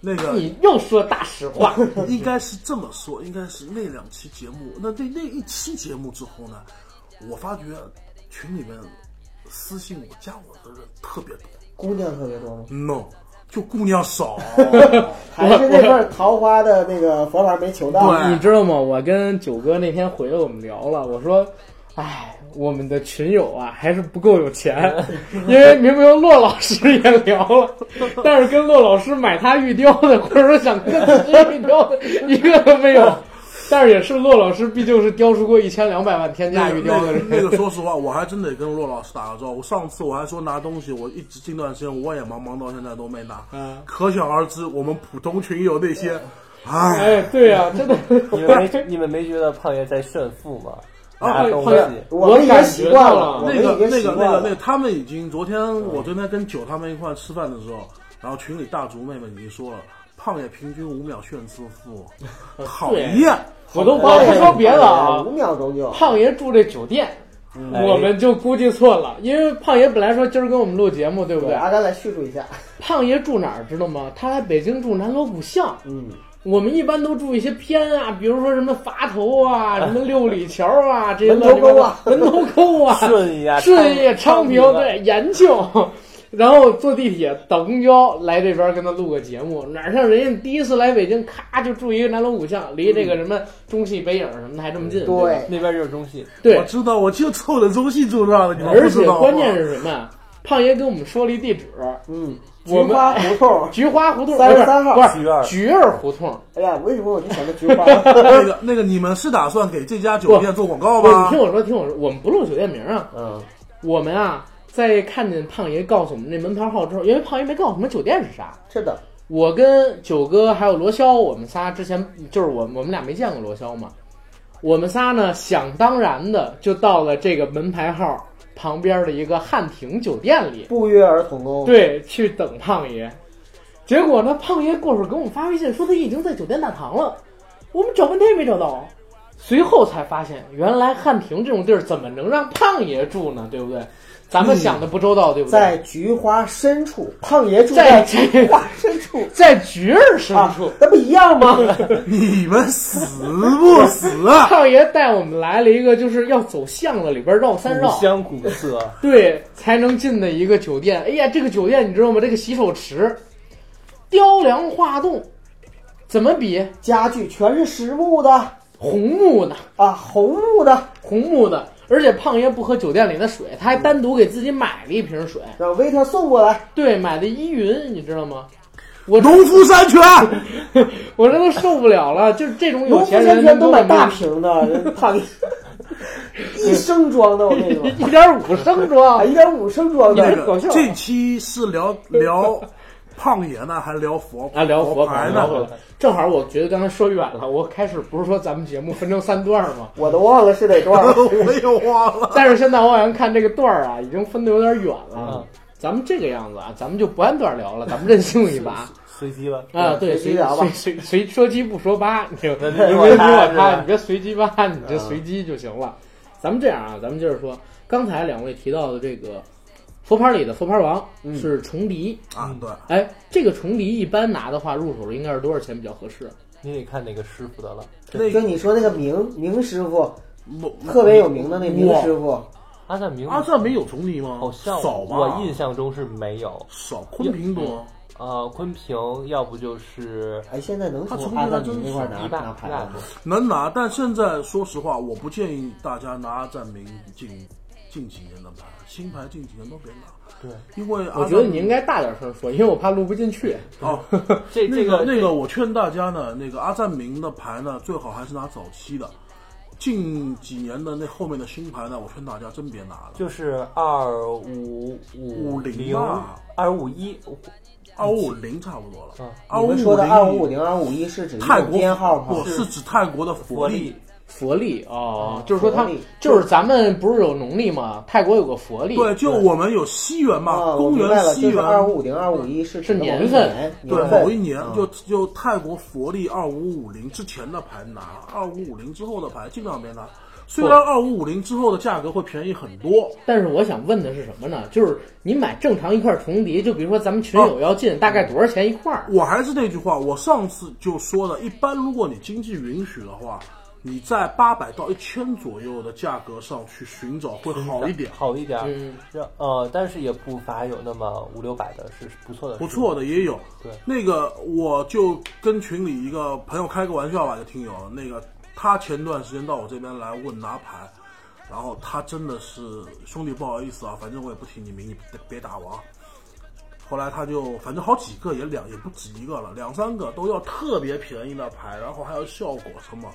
那个你又说大实话。 (laughs) 应该是这么说，应该是那两期节目，那那那一期节目之后呢，我发觉群里面私信我加我的人特别多姑娘特别多吗？ ，no，就姑娘少，还是那份桃花的那个佛牌没求到？对你知道吗？我跟九哥那天回来我们聊了，我说，哎，我们的群友啊还是不够有钱，因为明明骆老师也聊了，但是跟骆老师买他玉雕的，或者说想跟他学玉雕的，一个都没有。但是也是骆老师，毕竟是雕出过一千两百万天价那个玉雕的那人个，说实话，我还真得跟骆老师打个招呼。上次我还说拿东西，我一直近段时间我也忙，忙到现在都没拿。嗯可想而知，我们普通群友那些，唉，哎，对呀、真的。你们 (laughs) 没你们没觉得胖爷在炫富吗？啊拿东胖爷西，我们已经习惯了，我我们那个已经那习个惯那个了。那个，他们已经昨天嗯我昨天跟九他们一块吃饭的时候，然后群里大竹妹妹已经说了，胖爷平均五秒炫自 (laughs) 负，讨厌。我都八我爷不说别的啊五，秒钟就胖爷住这酒店，哎我们就估计错了，因为胖爷本来说今儿跟我们录节目，对不对对？阿甘来叙述一下，胖爷住哪儿知道吗？他来北京住南锣鼓巷。嗯，我们一般都住一些偏啊，比如说什么垡头啊，什么六里桥啊，这些门头沟啊乱七八糟门头沟 (laughs) 啊，顺义 (laughs) 啊顺义、昌昌平平，对，延庆。 (laughs) 然后坐地铁倒公交来这边跟他录个节目，哪像人家第一次来北京，咔就住一个南锣鼓巷，离这个什么中戏北影什么的还这么近。吧对，那边就是中戏，对我，知道，我就凑着中戏住这儿了，你们而不知且道吗啊关键是什么呀？胖爷跟我们说了一地址，嗯，菊我们。花胡同菊花胡同呃33号不是菊儿不是菊儿胡同。哎呀，为什么我就想到菊花？那个那个，你们是打算给这家酒店做广告不是，你吗听？我说，听我说，我们不露酒店名啊，嗯，我们啊，在看见胖爷告诉我们那门牌号之后，因为胖爷没告诉我们酒店是啥， (laughs) 是的，我跟九哥还有罗霄，我们仨之前就是我我们俩没见过罗霄嘛，我们仨呢想当然的就到了这个门牌号旁边的一个汉庭酒店里，不约而同哦。对，去等胖爷。结果呢，胖爷过会儿给我们发微信说他已经在酒店大堂了，我们找半天也没找到。随后才发现，原来汉庭这种地儿怎么能让胖爷住呢？对不对？咱们想的不周到，对不对？在菊花深处，胖爷住在在菊菊花深处在菊儿深啊处，，那不一样吗？ (laughs) 你们死不死啊？ (laughs) 胖爷带我们来了一个就是要走巷子里边绕三古绕，香古色，对，才能进的一个酒店。哎呀，这个酒店你知道吗？这个洗手池雕梁画栋，怎么比家具全是实木的红木的？啊，红木的，红木的，而且胖爷不喝酒店里的水，他还单独给自己买了一瓶水，让 waiter 送过来。对，买的依云，你知道吗？我农夫山泉，我这都受不了了，就是这种有农夫钱山人泉都买敢大骂瓶的，人胖一升装的，我跟你说，一点五升啊，装，一点五升装那的，搞个笑。啊这期是聊聊胖爷呢，还聊佛啊，聊佛牌牌呢聊？佛牌，正好我觉得刚才说远了，我开始不是说咱们节目分成三段吗？我都忘了是哪段了。 (laughs) 我也忘了。但是现在我好像看这个段儿啊，已经分的有点远了嗯。咱们这个样子啊，咱们就不按段儿聊了，咱们任性一把随机吧。 (laughs) 啊！对，随随机聊吧随随随说鸡不说八，你就你那别你你说别他说是吧他，你别随机吧，你就随机就行了。咱们这样啊，咱们接着说，刚才两位提到的这个佛牌里的佛牌王是重迪，啊，对，哎，这个重迪一般拿的话，入手应该是多少钱比较合适？你得看哪个师傅的了。那就你说那个明明师傅，我特别有名的那明师傅，阿赞明，啊阿赞没有重力吗？好哦像少吧？我印象中是没有。少，昆平多。呃，昆平要不就是哎，现在能他从从那阿边赞真明那块儿拿一拿大牌一了大吗？能拿，但现在说实话，我不建议大家拿阿赞明近近几年的牌，新牌近几年都别拿。对，因为阿我赞觉得你应该大点声说，因为我怕录不进去。哦，这那这个个那个，我劝大家呢，那个阿赞明的牌呢，最好还是拿早期的。近几年的那后面的新牌呢，我劝大家真别拿了。就是二五五50吧二五一，二五五零差不多了啊，二你五们说的二五五零零、二五一是指一泰种国编号吗不？是指泰国的佛佛力力，佛历哦，就是说他佛历就是咱们不是有农历吗？泰国有个佛历，对，就我们有西元嘛，啊，我公明元白了，西就是元二五五零、二五一是指是的某年一份年，对年份啊某一年就就泰国佛历二五五零之前的牌拿，二五五零之后的牌尽量别拿。虽然二五五零之后的价格会便宜很多，但是我想问的是什么呢？就是你买正常一块重叠，就比如说咱们群哦友要进，大概多少钱一块儿？我还是那句话，我上次就说了，一般如果你经济允许的话，你在八百到一千左右的价格上去寻找会好一点，好一点。嗯让呃，但是也不乏有那么五六百的，是不错的，不错的也有。对那个我就跟群里一个朋友开个玩笑吧，就听友，那个他前段时间到我这边来问拿牌，然后他真的是兄弟不好意思啊，反正我也不提你名，你别别打我啊。后来他就反正好几个也两也不止一个了，两三个都要特别便宜的牌，然后还有效果什么。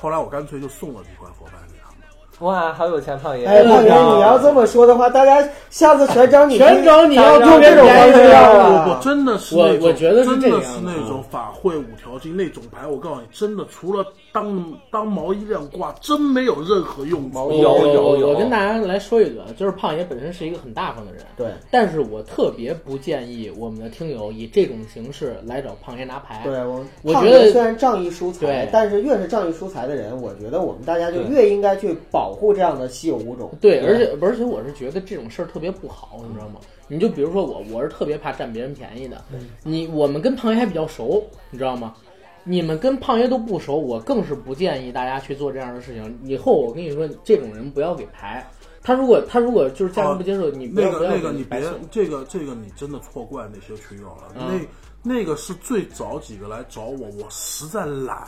后来我干脆就送了几块佛牌给他们。哇，好有钱，胖爷！哎，胖爷，你要这么说的话，大家下次全找你，全找你要用这种方式啊我了。真的是我那种我觉得是真这个的样是子啊那种法会五条筋那种牌，我告诉你，真的除了当当毛衣晾挂，真没有任何用毛处。衣有我有有我跟大家来说一个，就是胖爷本身是一个很大方的人，对但是我特别不建议我们的听友以这种形式来找胖爷拿牌。对，我我胖觉爷得虽然仗义疏财对，但是越是仗义疏财的人，我觉得我们大家就对越应该去保护这样的稀有物种。对，而且而且我是觉得这种事儿特别不好，你知道吗？你就比如说我，我是特别怕占别人便宜的。嗯你我们跟胖爷还比较熟，你知道吗？你们跟胖爷都不熟，我更是不建议大家去做这样的事情。以后我跟你说，这种人不要给牌。他如果他如果就是价格不接受，你不哦那要个不要那个，给你白别送这个这个，你真的错怪那些群友了。嗯那那个是最早几个来找我，我实在懒，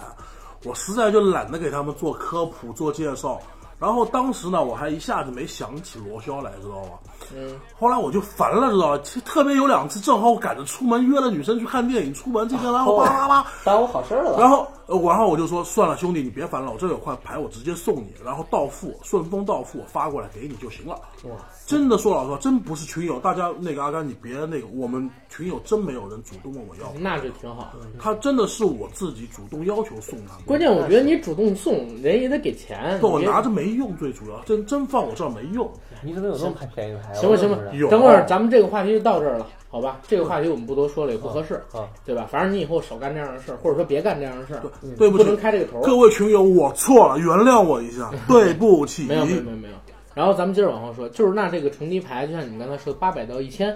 我实在就懒得给他们做科普、做介绍。然后当时呢，我还一下子没想起罗霄来，知道吗？嗯，后来我就烦了，知道吧？特特别有两次，正好我赶着出门约了女生去看电影，出门这边然哦后叭叭叭，耽误好事儿了吧然后呃然后我就说算了，兄弟，你别烦了，我这有块牌，我直接送你，然后到付，顺丰到付，我发过来给你就行了。哇，真的说老实话，真不是群友，大家那个阿甘，你别那个，我们群友真没有人主动问我要，那就挺好。他真的是我自己主动要求送他的。关键我觉得你主动送人也得给钱。但我你别拿着没用，最主要真真放我这儿没用。你怎么有那么便宜的牌？行吧，行吧有，等会儿咱们这个话题就到这儿了，好吧？这个话题我们不多说了，也不合适，啊啊对吧？反正你以后少干这样的事儿，或者说别干这样的事儿，嗯对不起，能开这个头儿。各位群友，我错了，原谅我 (laughs) 一下，对不起。没有，没有，没有，没有。然后咱们接着往后说，就是那这个重叠牌，就像你们刚才说，八百到一千，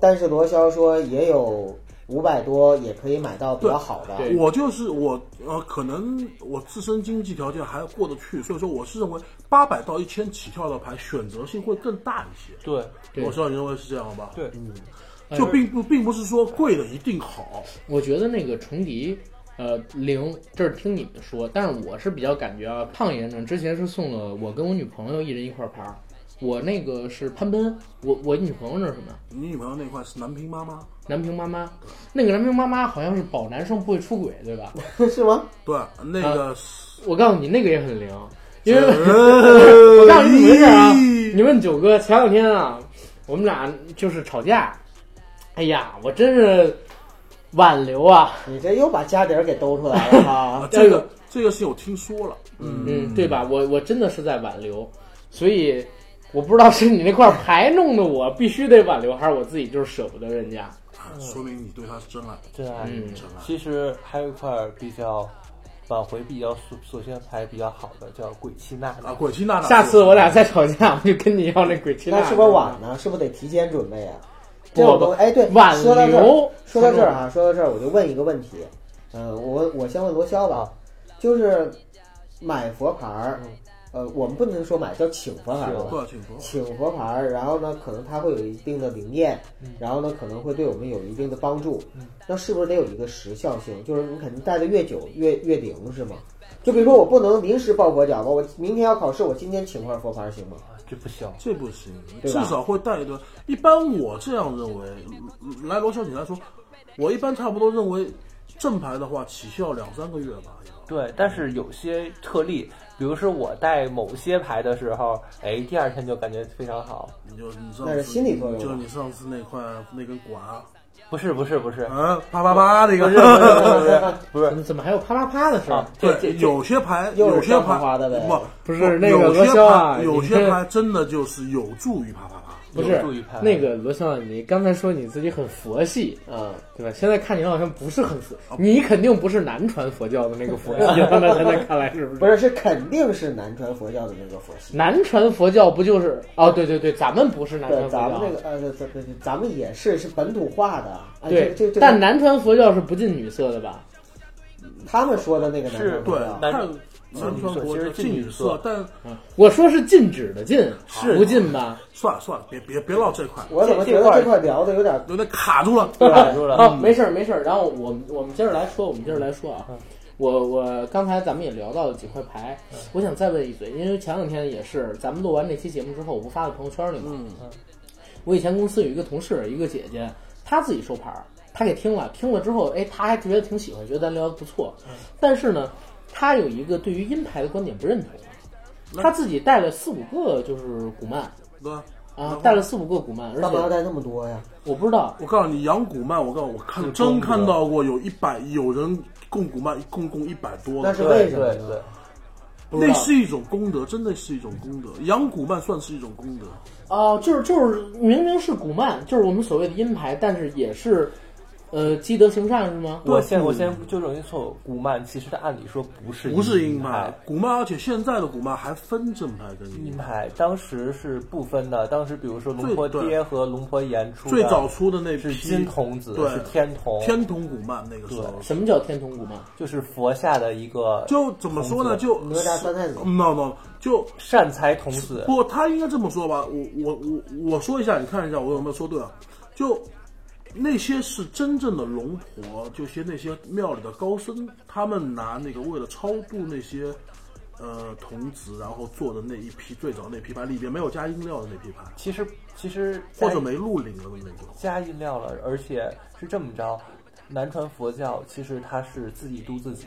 但是罗霄说也有五百多也可以买到比较好的。对我就是我，呃，可能我自身经济条件还过得去，所以说我是认为八百到一千起跳的牌选择性会更大一些。对对嗯哎我知道你认为是这样吧？，嗯对，就并不并不是说贵的一定好，我觉得那个重叠呃，零，这是听你们说，但是我是比较感觉啊，胖爷呢之前是送了我跟我女朋友一人一块牌儿，我那个是攀奔，我我女朋友那是什么？你女朋友那块是南平妈妈，南平妈妈，那个南平妈妈好像是保男生不会出轨，对吧？ (laughs) 是吗？对，那啊个是我告诉你，那个也很灵，因为 (laughs) 哎我我告诉你怎么回事 (laughs) 啊？你问九哥，前两天啊，我们俩就是吵架，哎呀，我真是挽留啊，你这又把家底儿给兜出来了哈 (laughs) 啊，！这哎个这个事情我听说了，嗯，对吧？我我真的是在挽留，所以我不知道是你那块牌弄的我必须得挽留，还是我自己就是舍不得人家。啊说明你对他是真爱，真爱。嗯真爱。其实还有一块儿比较挽回比较索索性还比较好的，叫鬼气娜啊，娜。鬼气娜娜，下次我俩再吵架，我就跟你要那鬼气那蛋。是不是晚呢？是不是得提前准备啊？这不种不东哎，对，挽说到这儿留，说到这儿啊，说到这儿，我就问一个问题，呃，我我先问罗霄吧，就是买佛牌儿，呃，我们不能说买，叫请佛牌儿吧。对，啊请说。请佛牌儿，然后呢，可能它会有一定的灵验，然后呢，可能会对我们有一定的帮助。那是不是得有一个时效性？就是你肯定戴的越久越越灵，是吗？就比如说我不能临时抱佛脚吧，我明天要考试，我今天请块佛牌儿行吗？ (laughs) 这不行，这不行，对至吧少会带一段。一般我这样认为，嗯来罗小姐来说，我一般差不多认为正牌的话起效两三个月吧。也对，但是有些特例，比如说我带某些牌的时候，哎，第二天就感觉非常好。你就你上那次是心理作用吧就是你上次那块那根管啊，不是不是不 (laughs) 是，嗯，啪啪啪那不个是。不是不是怎不是么嗯怎么还有啪啪啪的事儿？啊，这这对，这有些牌，又是有些上牌花花的呗不不是那个有罗些霄啊牌，有你些这牌真的就是有助于啪啪啪。不有是助于判断那个罗笑，你刚才说你自己很佛系，嗯。对吧？现在看你好像不是很佛，哦你肯定不是南传佛教的那 (laughs) 个佛系了。那现在看来是不是？不是，是肯定是南传佛教的那个佛系。南传佛教不就是？哦，对对对，咱们不是南传对，佛教咱们啊，这个呃，对对对，咱们也是是本土化的。啊、对，这这但南传佛教是不近女色的吧？他们说的那 (laughs) 个南是传佛对教，但看是嗯南川国其的实禁禁语语色色，但我说是禁止的禁，啊是不禁吧？算了算了，别别别唠这块，我怎么觉得这块聊的有点有点卡住了。 (laughs) 卡住啊了。哦，没事儿没事儿。然后我们我们接着来说，我们接着来说啊。我我刚才咱们也聊到了几块牌，我想再问一嘴，因为前两天也是咱们录完这期节目之后，我不发到朋友圈里吗？嗯，我以前公司有一个同事，一个姐姐，她自己收牌儿，她给听了，听了之后，哎，她还觉得挺喜欢，觉得咱聊的不错。但是呢，她有一个对于阴牌的观点不认同，她自己带了四五个就是古曼对吧？然啊后，带了四五个古曼，而干嘛要且带那么多呀？我不知道我告诉你，养古曼，我告诉你，我看真中看到过有一百有人供古曼，一共供一百多那个，是为对什么对呢？对，那是一种功德，真的是一种功德。养古曼算是一种功德，哦，就是就是明明是古曼，就是我们所谓的阴牌，但是也是呃积德行善是吗？我先我先纠正一错误，古曼其实它按理说不是不是阴阴牌，古曼，而且现在的古曼还分正牌跟阴阴牌。牌当时是不分的，当时比如说龙婆最对爹和龙婆岩出的最早出的那批是金童子，对是天童，天童古曼那个时候，什么叫天童古曼？哦就是佛下的一个就怎么说呢？就哪吒三太子 no no，就善财童子，不，他应该这么说吧？我我我我说一下，你看一下我有没有说对啊？就那些是真正的龙婆，就是那些庙里的高僧，他们拿那个为了超度那些呃童子，然后做的那一批最早那批牌，里边没有加音料的那批牌，其实其实或者没录领的那种。加印料了，而且是这么着，南传佛教其实它是自己度自己，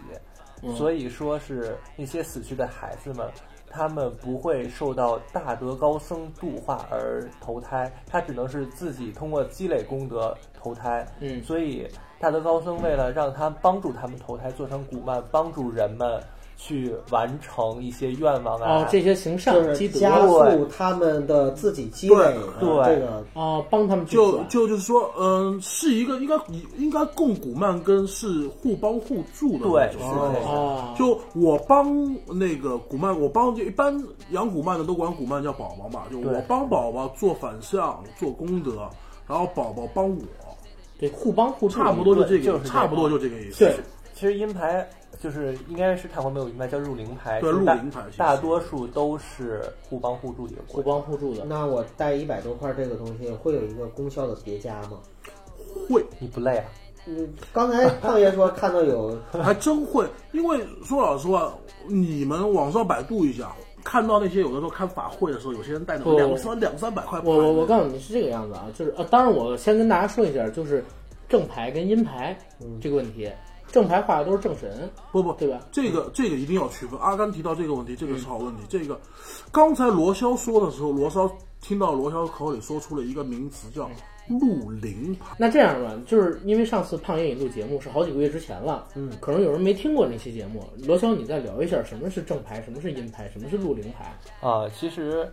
嗯所以说是那些死去的孩子们，他们不会受到大德高僧度化而投胎，他只能是自己通过积累功德投胎。嗯所以大德高僧为了让他帮助他们投胎，做成古曼，帮助人们去完成一些愿望啊，哎哦，这些行善就是积德加速他们的自己积累的对对这个，哦，帮他们去就做就就是说，嗯、是一个应该应该共古曼跟是互帮互助的那对种是状态这样哦，就我帮那个古曼，我帮就一般养古曼的都管古曼叫宝宝嘛，就对我帮宝宝做反向做功德，然后宝宝帮我，对互帮互助，差不多就这对个，就是这样差不多就这个意思。对，其实阴牌就是应该是泰国没有阴牌，叫入灵牌，对就是入大灵牌其实大多数都是互帮互助的一个互过帮程。互助的。那我带一百多块这个东西会有一个功效的叠加吗？会你不累啊？嗯，刚才胖爷说看到有，还真会，因为说老实话，你们网上百度一下，看到那些有的时候看法会的时候，有些人带着不两三两三百块盘我我我告诉你是这个样子啊，就是呃，当然我先跟大家说一下，就是正牌跟阴牌嗯这个问题，正牌画的都是正神，不不，对吧？这嗯个这个一定要区分。阿甘提到这个问题，这个是好问题。这个刚才罗霄说的时候，罗霄听到罗霄口里说出了一个名词叫嗯陆灵牌。那这样吧，就是因为上次胖爷也录节目是好几个月之前了，嗯，可能有人没听过那期节目。罗霄，你再聊一下什么是正牌，什么是阴牌，什么是陆灵牌？啊，其实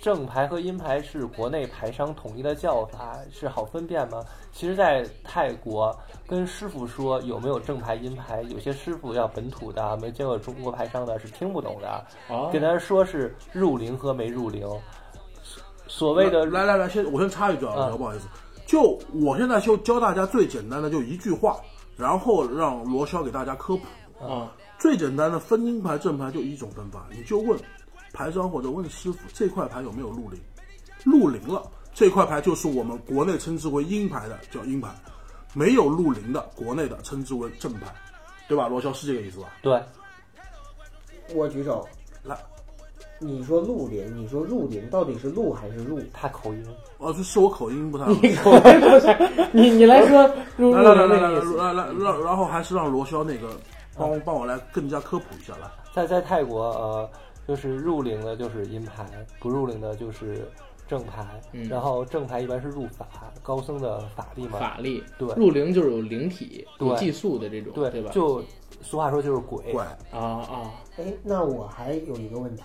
正牌和阴牌是国内牌商统一的叫法，是好分辨吗？其实，在泰国跟师傅说有没有正牌阴牌，有些师傅要本土的，没见过中国牌商的是听不懂的，啊哦给他说是入灵和没入灵。所谓的来来来，先我先插一句啊，嗯不好意思，就我现在就教大家最简单的就一句话，然后让罗霄给大家科普。啊， (laughs) 最简单的分阴牌正牌就一种分法，你就问牌商或者问师傅这块牌有没有入灵，入灵了这块牌就是我们国内称之为阴牌的叫阴牌，没有入灵的国内的称之为正牌，对吧？罗霄是这个意思吧？对，我举手，来，你说陆林，你说入林到底是陆还是入？他口音哦、是是我口音不太好。你口音不太，你你来说陆来陆来来灵那来来个意思，来来，让然后还是让罗霄那个帮我帮我来更加科普一下来。在在泰国呃，就是入灵的就是阴牌，不入灵的就是正牌。嗯然后正牌一般是入法，高僧的法力嘛。法力，对陆灵就是有灵体、对有技术的这种，对对吧？就俗话说就是鬼。怪，啊啊，哎，那我还有一个问题，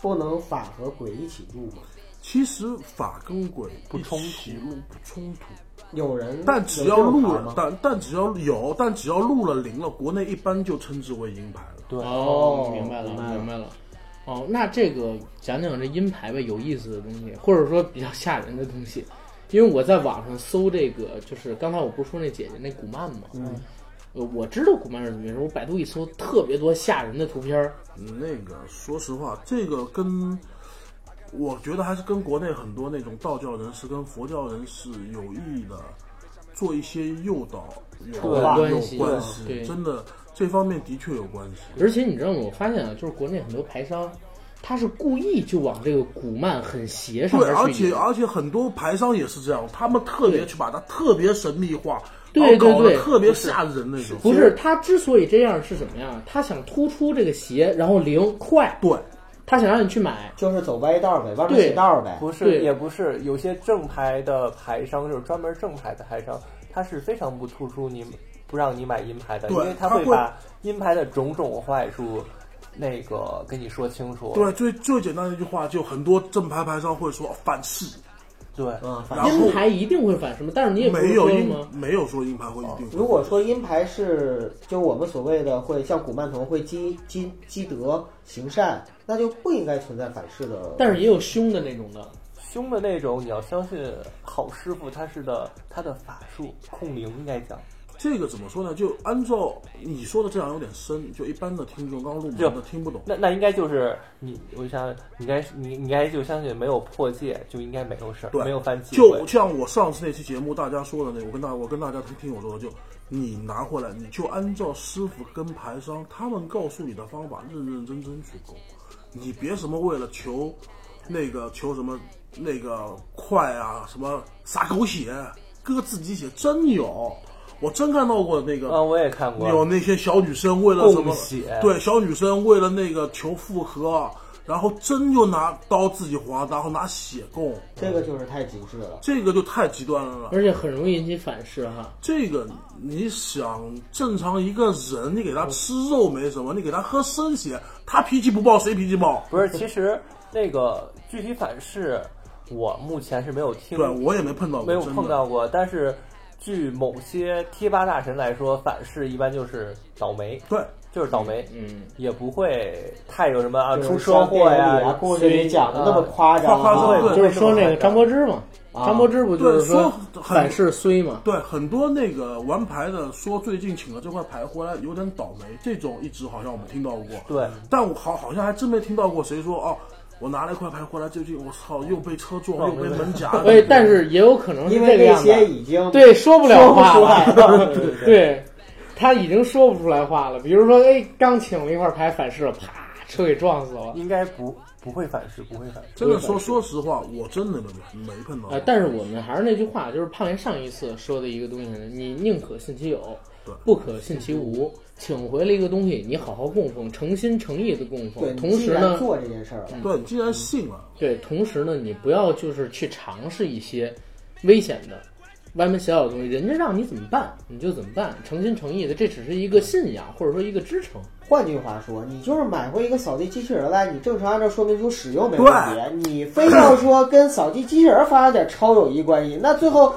不能法和鬼一起入吗？其实法跟鬼不冲突一起入不冲突。嗯有人但只要入录了，吗？但但只要有，但只要录了零了，国内一般就称之为阴牌了。对，哦，明明白白了了，明明白了。哦，那这个讲讲这阴牌吧，有意思的东西，或者说比较吓人的东西。因为我在网上搜这个，就是刚才我不是说那姐姐那古曼吗？嗯，我知道古曼是怎么回事，我百度一搜，特别多吓人的图片儿。嗯那个，说实话，这个跟我觉得还是跟国内很多那种道教人士跟佛教人士有意的做一些诱导有对有关系关系，对真的这方面的确有关系。而且你知道吗？我发现啊，就是国内很多牌商，他是故意就往这个古曼很邪上对，面而去且引。而且很多牌商也是这样，他们特别对去把它特别神秘化，对然后搞对得对特别吓人那种。不是他之所以这样是什么呀？他想突出这个邪，然后灵快，对，他想让你去买。就是走歪道呗，外面对邪道呗。不是对也不是，有些正牌的牌商就是专门正牌的牌商，他是非常不突出你不让你买阴牌的，因对为他会会把阴牌的种种坏处那个跟你说清楚。对，最最简单的一句话，就很多正牌牌商会说反噬，对嗯啊，反然后阴牌一定会反什么，但是你也不是没有说了硬吗？哦没有说硬盘会一定会。如果说阴牌是就我们所谓的会像古曼童会积积积德行善，那就不应该存在反噬的。但是也有凶的那种的，凶的那种，你要相信好师傅他是的他的法术控灵应该讲，这个怎么说呢？就按照你说的这样有点深，就一般的听众刚入门的就听不懂。那那应该就是你，我想你应该你你应该就相信没有破戒就应该没有事儿，对，没有犯忌讳就。像我上次那期节目大家说的那，我跟大我跟大家听听我说的，就你拿回来，你就按照师傅跟牌商他们告诉你的方法，认认真真去搞，你别什么为了求那个求什么那个快啊，什么撒狗血、割自己血，真有，我真看到过那个啊，我也看过，有那些小女生为了什供么血？对，小女生为了那个求复合，然后真就拿刀自己划，然后拿血供，这个就是太极致了。这个就太极端了。嗯而且很容易引起反噬哈。这个你想，正常一个人，你给他吃肉没什么，你给他喝生血，他脾气不暴，谁脾气暴？不是，其实那个具体反噬，我目前是没有听，对我也没碰到过，嗯没有真的碰到过。但是据某些贴吧大神来说，反噬一般就是倒霉，对，就是倒霉，嗯，也不会太有什么啊就是出车祸像电影呀里啊，故事里讲的那么夸张、啊，夸张对就是说那个张柏芝嘛，啊张柏芝不就是对说很反噬衰嘛？对，很多那个玩牌的说最近请了这块牌回来有点倒霉，这种一直好像我们听到过。对，但我好好像还真没听到过谁说哦，我拿了一块牌回来，最近我操，又被车撞，又被门夹。哎所以，但是也有可能是因这为个那样子。些已经对，说不了说不话出了。(laughs) 来了。对，他已经说不出来话了。比如说，哎，刚请了一块牌反射，啪，车给撞死了。应该不不会反噬，不会反噬。真的说说实话，我真的没没碰到哎呃，。但是我们还是那句话，就是胖爷上一次说的一个东西，你宁可信其有对，不可信其无。请回来一个东西，你好好供奉，诚心诚意的供对，奉。你同既时然呢，做这件事儿了，对，你既然信了，对，同时呢，你不要就是去尝试一些危险的、歪门邪道的东西，人家让你怎么办你就怎么办，诚心诚意的，这只是一个信仰或者说一个支撑。换句话说，你就是买回一个扫地机器人来，你正常按照说明书使用没问题，你非要说跟扫地机器人发生点超友谊关系，那最后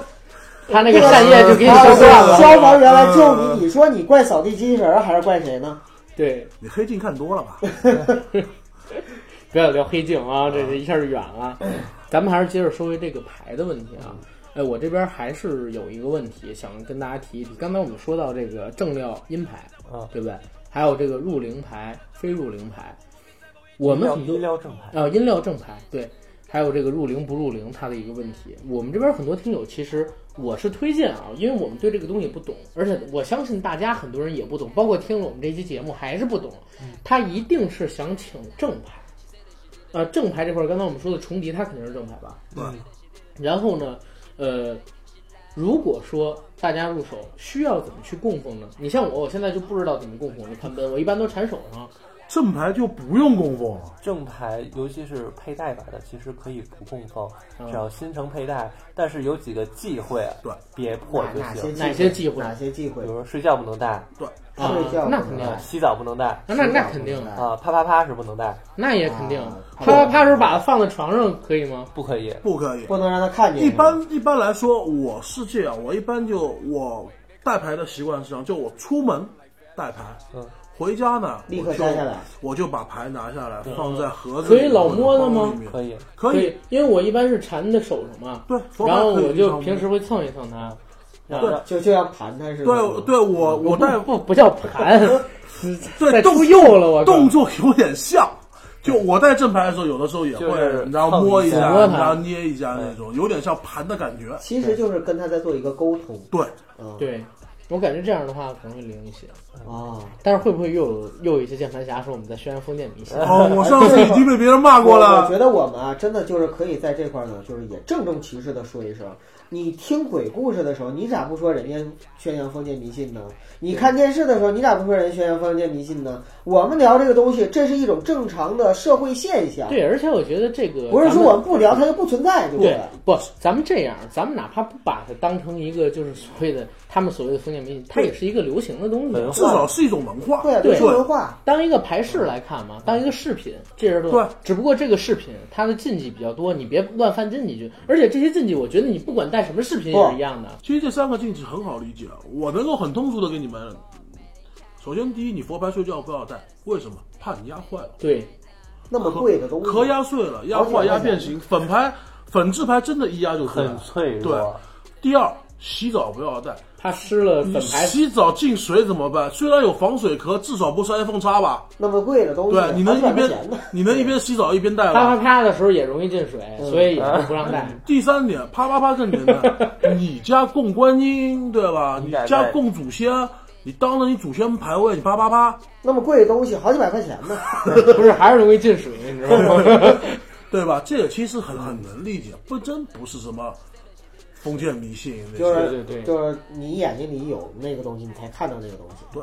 他那个善业就给你啊收断了。消防员来救嗯你，你说你怪扫地机器人还是怪谁呢？对，你黑镜看多了 (laughs) 吧？不要聊黑镜啊，这这一下就远了。咱们还是接着说回这个牌的问题啊。哎，我这边还是有一个问题想跟大家提一提。刚才我们说到这个正料阴牌，啊，对不对？还有这个入灵牌、非入灵牌，我们很多医疗正牌，啊，音料正牌，对，还有这个入灵不入灵，它的一个问题。我们这边很多听友其实我是推荐啊，因为我们对这个东西不懂，而且我相信大家很多人也不懂，包括听了我们这期节目还是不懂。他一定是想请正牌，呃，正牌这块儿刚才我们说的重敌，他肯定是正牌吧？对，然后呢，呃，如果说大家入手需要怎么去供奉呢？你像我，我现在就不知道怎么供奉这潘奔，我一般都缠手上。正牌就不用供奉了。正牌尤其是佩戴版的，其实可以不供奉，嗯只要心诚佩戴。但是有几个忌讳，啊对，别破就哪行。哪些些忌讳哪些忌比讳如？说睡觉不能戴，嗯啊睡觉那不肯能定啊，戴，洗澡不能戴，那那睡觉那不肯定能戴啊，啪啪啪是不能戴，那也肯定啊。啪啪啪时候把它放在床上可以吗？不可以。不可以。不能让他看见。一般一般来说，我是这样，我一般就我带牌的习惯是这样，就我出门带牌，嗯，回家呢立刻我就摘下来，我就把牌拿下来放在盒子可里，以老摸的吗或者包里面可以，可以，，因为我一般是缠在手上嘛，对，佛牌然后可以我就立刻摸平时会蹭一蹭它。然啊后就就像盘他似的。对对，我我带不不叫 (laughs) 盘，对再动出右了我靠动作有点像。就我带正牌的时候，有的时候也会，就是然后摸一下，碰一下然后捏一下那种，有点像盘的感觉。其实就是跟他在做一个沟通。对，嗯，对，我感觉这样的话可能会灵一些，啊，但是会不会又有又有一些键盘侠说我们在宣扬封建迷信？ (laughs) 哦，我上次已经被别人骂过我了我。觉得我们啊，真的就是可以在这块儿呢，就是也郑重其事的说一声，你听鬼故事的时候，你咋不说人家宣扬封建迷信呢？你看电视的时候，你咋不说人家宣扬封建迷信呢？我们聊这个东西，这是一种正常的社会现象，对，而且我觉得这个不是咱说们我们不聊它就不存在，对不对不，咱们这样，咱们哪怕不把它当成一个就是所谓的他们所谓的封建迷信，它也是一个流行的东西。文至少是一种文化。对啊，对流行文化，当一个牌饰来看嘛，当一个饰品，这是对只不过这个饰品它的禁忌比较多，你别乱犯禁忌去。而且这些禁忌，我觉得你不管戴什么饰品也是一样的。其实这三个禁忌很好理解，我能够很通俗的给你们。首先，第一，你佛牌睡觉不要带，为什么？怕你压坏了，对，那么贵的东西，壳压碎了，压坏、压变形。粉牌、粉质牌真的一压就碎很了。脆对弱。第二，洗澡不要带，它湿了粉你牌，洗澡进水怎么办？虽然有防水壳，至少不是 iPhone 叉吧？那么贵的东西，对，啊你能还一是两块钱呢边你能一边洗澡一边戴啪啪吧？啪的时候也容易进水，嗯所以也是不让戴。第三点，啪啪啪更 (laughs) 简单，你家供观音对吧？你改家卖供祖先，你当着你祖先牌位，你啪 (laughs) 啪啪，那么贵的东西好几百块钱呢， (laughs) 不是，还是容易进水，你知道 (laughs) 吗？对吧？这个其实很很能理解，不真不是什么封建迷信那些，就对是对对就是你眼睛里有那个东西，你才看到那个东西。对，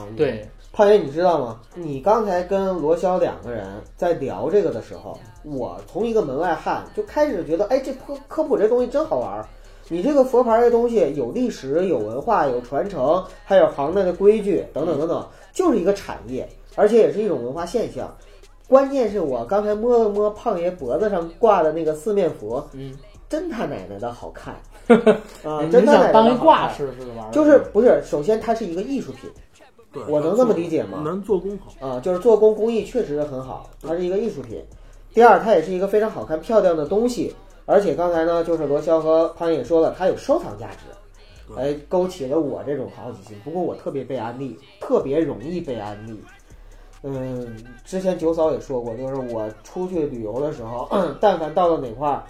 啊，你对，胖爷，你知道吗？你刚才跟罗霄两个人在聊这个的时候，我从一个门外汉就开始觉得，哎，这科科普这东西真好玩儿。你这个佛牌这东西有历史、有文化、有传承，还有行内的规矩等等等等，就是一个产业，而且也是一种文化现象。关键是我刚才摸了摸胖爷脖子上挂的那个四面佛，嗯，哎真他奶奶的好 (laughs) 看啊！真你他奶奶想的当一好挂看饰似的玩儿，就是不是？首先，它是一个艺术品，对我能这么理解吗？能做工好，啊，就是做工工艺确实很好，它是一个艺术品。第二，它也是一个非常好看、漂亮的东西，而且刚才呢，就是罗霄和潘也说了，它有收藏价值，哎，勾起了我这种好奇心。不过我特别被安利，特别容易被安利。嗯，之前九嫂也说过，就是我出去旅游的时候， (clears throat) 但凡到了哪块儿，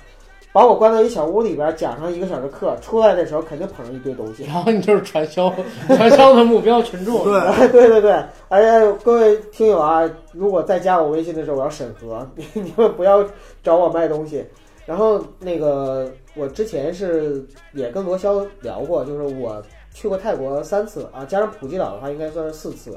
把我关到一小屋里边儿讲上一个小时课，出来的时候肯定捧上一堆东西。 (laughs) 然后你就是传销， (laughs) 传销的目标群 (laughs) 众。对，对对对，而且各位听友啊，如果再加我微信的时候，我要审核， (laughs) 你你们不要找我卖东西。然后那个，我之前是也跟罗霄聊过，就是我去过泰国三次啊，加上普吉岛的话，应该算是四次。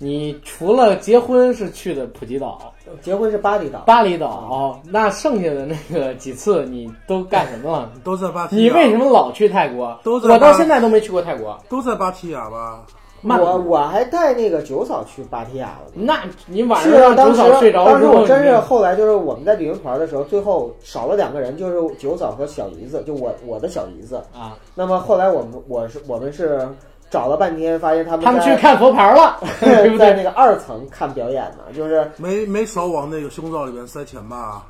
你除了结婚是去的普吉岛、结婚是巴厘岛，巴厘岛，那剩下的那个几次你都干什么了？都在芭啊提雅，你为什么老去泰国？都在我到现在都没去过泰国。都在啊芭提雅吧？曼谷我我还带那个九嫂去芭提雅了。那你晚是上啊，让当九时嫂睡着当之时后，我真你是后来就是我们在旅行团的时候，最后少了两个人，就是九嫂和小姨子，就我我的小姨子。啊，那么后来我们我是我们是找了半天，发现他们他们去在看佛牌 (laughs) 了，对不在对？那个二层看表演呢，就是没没少往那个胸罩里面塞钱吧？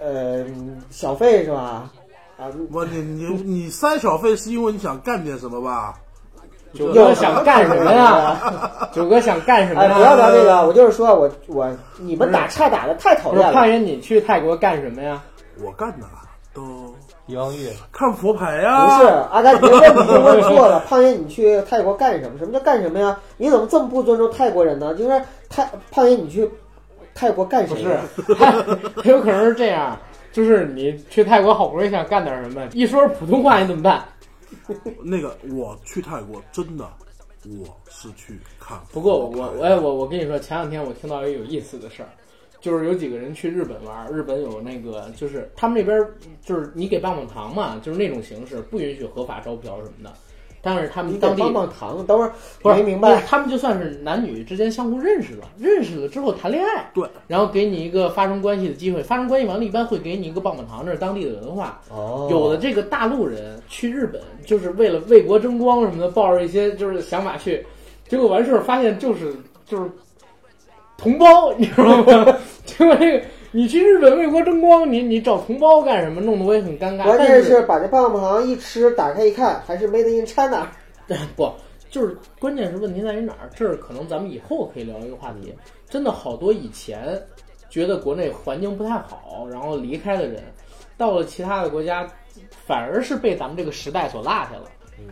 呃小费是吧？啊，我你你你塞小费是因为你想干点什么吧？九哥想干什么 (laughs) 呀？九哥想干什么啊哎，呀？不要聊这个，我就是说我我你们打岔打的太讨不是厌胖了。爷，你去泰国干什么呀？ (laughs) 我干的都遗忘月，看佛牌啊不呀、是，阿甘，你这问题就问错了。胖爷，你去泰国干什么？什么叫干什么呀？你怎么这么不尊重泰国人呢？就是泰胖爷，你去泰国干什不么？是，有可能是这样，就是你去泰国好不容易想干点什么，一说普通话你怎么办？那个我去泰国真的，我是去看佛牌。不过我我哎我我我跟你说，前两天我听到一个有意思的事儿，就是有几个人去日本玩，日本有那个就是他们那边儿就是你给棒棒糖嘛，就是那种形式不允许合法招嫖什么的，但是他你们给当地棒棒糖，等会儿不是没明白。他们就算是男女之间相互认识了，认识了之后谈恋爱，对，然后给你一个发生关系的机会，发生关系完了，一般会给你一个棒棒糖，这是当地的文化。哦有的这个大陆人去日本，就是为了为国争光什么的，抱着一些就是想法去，结果完事儿发现就是就是同胞，你知道吗？ (laughs) 结果这个你去日本为国争光，你你找同胞干什么？弄得我也很尴尬。关但键是把这棒棒糖一吃，打开一看，还是 Made in China。 (laughs) 不，就是关键是问题在于哪儿？这儿可能咱们以后可以聊一个话题。嗯真的好多以前觉得国内环境不太好，然后离开的人，到了其他的国家，反而是被咱们这个时代所落下了，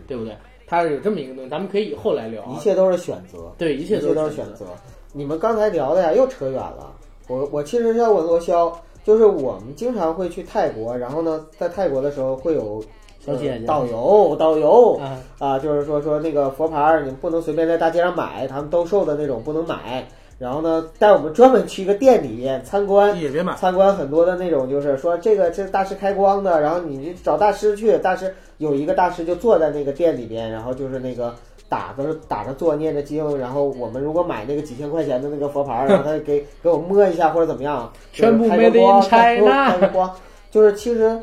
对不对？它是有这么一个东西，咱们可以以后来聊啊。嗯一切都是选择，对，一一切切都都是选择。你们刚才聊的呀，又扯远了。我我其实要问罗霄，就是我们经常会去泰国，然后呢，在泰国的时候会有。小姐姐呃导游，导游，啊，啊，就是说说那个佛牌儿，你们不能随便在大街上买，他们兜售的那种不能买。然后呢，带我们专门去一个店里参观，也别买，参观很多的那种，就是说这个这是大师开光的，然后你去找大师去，大师有一个大师就坐在那个店里边，然后就是那个打着打着坐念着经，然后我们如果买那个几千块钱的那个佛牌儿，然后他就给 (laughs) 给我摸一下或者怎么样，就是全部开个 made in 光开个 China 开个光，就是其实，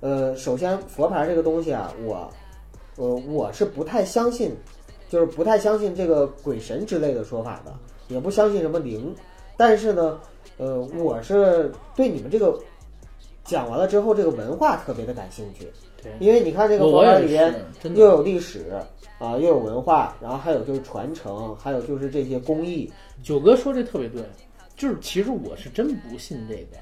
呃，首先佛牌这个东西啊，我我我是不太相信，就是不太相信这个鬼神之类的说法的，也不相信什么灵，但是呢。呃，我是对你们这个讲完了之后，这个文化特别的感兴趣，对，因为你看这个我佛我牌也里是边，真又的有历史啊、又有文化，然后还有就是传承，还有就是这些工艺。九哥说这特别对，就是其实我是真不信这个，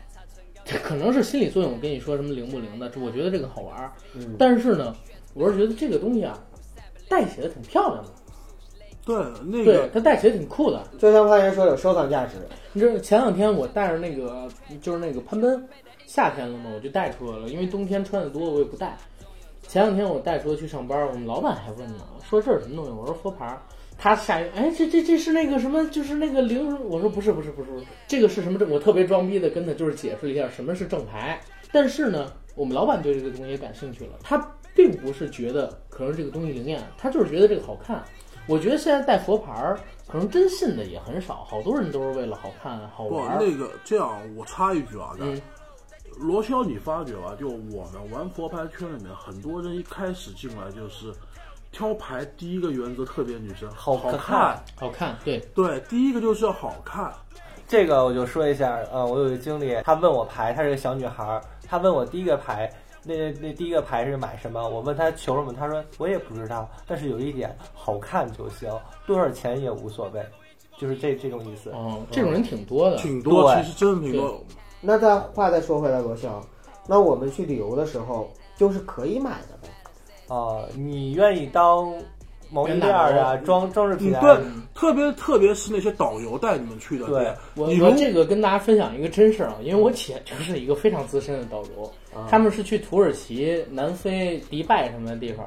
这可能是心理作用。我跟你说什么灵不灵的，我觉得这个好玩儿。嗯，但是呢，我是觉得这个东西啊，带起来挺漂亮的，嗯对那对个，它带起来挺酷的。就像万言说有收藏价值，你知道前两天我带着那个就是那个攀奔，夏天了嘛，我就带出来了，因为冬天穿的多我也不带。前两天我带出来去上班，我们老板还问呢，说这是什么东西？我说佛牌儿。他下一哎，这这这是那个什么，就是那个零。我说哎不是不是不是，不是这个是什么正？我特别装逼的跟他就是解释了一下什么是正牌。但是呢，我们老板对这个东西也感兴趣了，他并不是觉得可能这个东西灵验，他就是觉得这个好看。我觉得现在戴佛牌儿，可能真信的也很少，好多人都是为了好看好不玩儿。那个这样，我插一句啊，嗯罗霄，你发觉啊吧，就我们玩佛牌圈里面，很多人一开始进来就是挑牌，第一个原则特别女生，好好看好看，对，对，第一个就是要好看，这个我就说一下，呃，我有一个经理，她问我牌，她是个小女孩儿，她问我第一个牌，那那第一个牌是买什么？我问她求什么，她说我也不知道，但是有一点好看就行，多少钱也无所谓。就是这这种意思。哦，这种人挺多的。挺多，对其实真的挺多。那再话再说回来，罗霄，那我们去旅游的时候就是可以买的呗。啊，你愿意当毛衣店儿啊，装装饰嗯品，啊，对，特别特别是那些导游带你们去的对店，我你我如这个跟大家分享一个真事儿啊，因为我姐 (laughs) 就是一个非常资深的导游，他们是去土耳其、南非、迪拜什么的地方，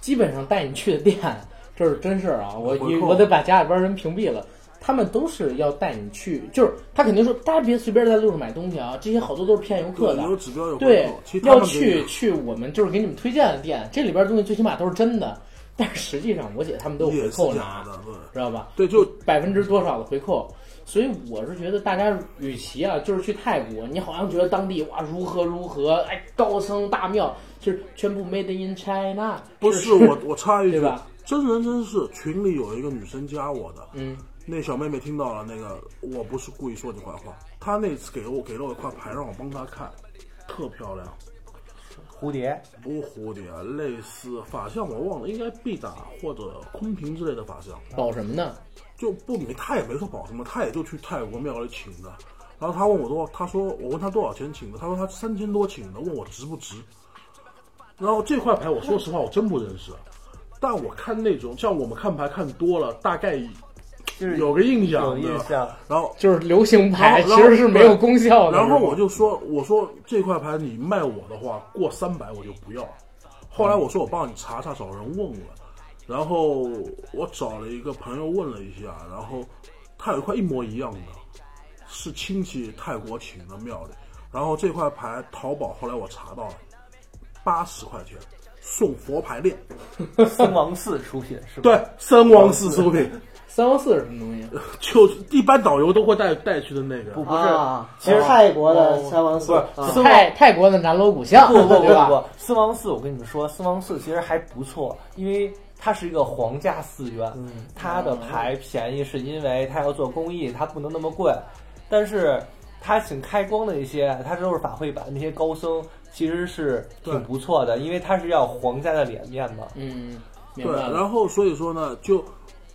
基本上带你去的店，这是真事儿啊，我回扣我得把家里边人屏蔽了。他们都是要带你去，就是他肯定说，大家别随便在路上买东西啊，这些好多都是骗游客对的。有指标有对回扣，其，实他要们给你去去我们就是给你们推荐的店，这里边东西最起码都是真的，但是实际上我姐他们都有也回是扣假拿，的，嗯对。知道吧？对，就百分之多少的回扣。所以我是觉得大家与其啊，就是去泰国，你好像觉得当地哇如何如何，哎高僧大庙，就是全部 made in China，不是是我，我插一句 (laughs) 对吧，真人真事，群里有一个女生加我的，嗯，那小妹妹听到了那个，我不是故意说你坏话，她那次给我给了我一块牌，让我帮她看，特漂亮，蝴蝶，不蝴蝶，类似法相我忘了，应该必打或者空瓶之类的法相，保什么呢？就不没她也没说保什么，她也就去泰国庙里请的。然后她问我多，她说我问她多少钱请的，她说她三千多请的，问我值不值。然后这块牌，我说实话我真不认识，啊但我看那种像我们看牌看多了，大概就是有个印象，有印象。然后就是流行牌然其后实是没有功效的。然后是吧我就说，我说这块牌你卖我的话，过三百我就不要。后来我说我帮你查查，找人问了，然后我找了一个朋友问了一下，然后他有一块一模一样的，是亲戚泰国请的庙里，然后这块牌淘宝后来我查到了，八十块钱送佛牌链，三王寺出品是吧？对，三王寺出品，三幺四是什么东西？ (laughs) 就是一般导游都会带带去的那个不，不是，啊，其实泰国的三王寺不啊是，泰泰国的南锣鼓巷，不 (laughs) 不不啊对不吧？不，四王寺，我跟你们说，四王寺其实还不错，因为它是一个皇家寺院，嗯它的牌便宜是因为它要做公益，它不能那么贵。但是它请开光的那些，它都是法会版那些高僧，其实是挺不错的，因为它是要皇家的脸面嘛。嗯，明对，白了。然后所以说呢，就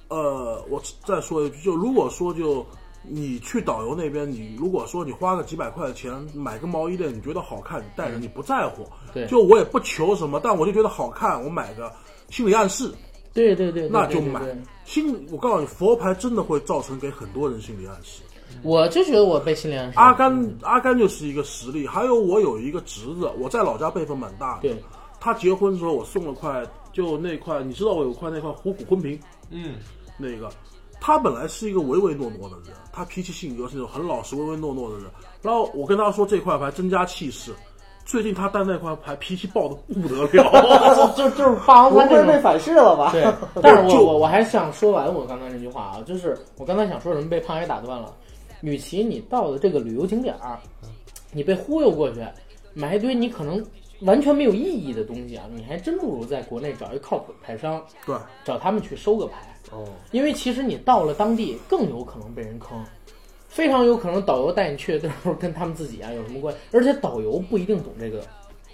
呃，我再说一句，就如果说就你去导游那边，你如果说你花个几百块钱买个毛衣链，你觉得好看，你带着你不在乎，对就我也不求什么，但我就觉得好看，我买个心理暗示，对对对，对那就对对买对。心，我告诉你，佛牌真的会造成给很多人心理暗示。嗯我就觉得我被心理暗示了。阿甘，阿甘就是一个实例。还有我有一个侄子，我在老家辈分蛮大的。对，他结婚的时候，我送了块，就那块，你知道我有块那块虎骨昆平，嗯，那个，他本来是一个唯唯诺诺的人，他脾气性格是那种很老实、唯唯诺诺的人。然后我跟他说这块牌增加气势，最近他带那块牌脾气暴的不得 (laughs) 了。就就就是霸王不餐这会种被反噬了 (laughs) 吧？对，但是就我我我还想说完我刚才那句话啊，就是我刚才想说什么被胖爷打断了。与其你到了这个旅游景点儿，你被忽悠过去，买一堆你可能完全没有意义的东西啊，你还真不如在国内找一靠谱的牌商，对，啊找他们去收个牌，哦，因为其实你到了当地更有可能被人坑。非常有可能导游带你去的时候跟他们自己啊有什么关系，而且导游不一定懂这个，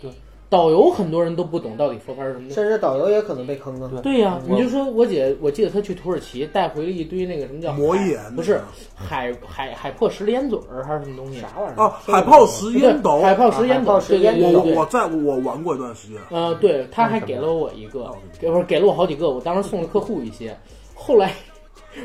对，导游很多人都不懂到底佛牌是什么东西。甚至导游也可能被坑啊。对对呀、我你就说我姐，我记得她去土耳其带回了一堆那个什么叫魔海眼不是海海海珀石烟嘴儿还是什么东西？啥玩意儿啊，海泡石不对烟 (laughs) 斗，海泡石烟斗，啊海泡石烟斗对我对对我对。在我玩过一段时间。呃，对，她还给了我一哦个，给不是给了我好几个，我当时送了客户一些，后来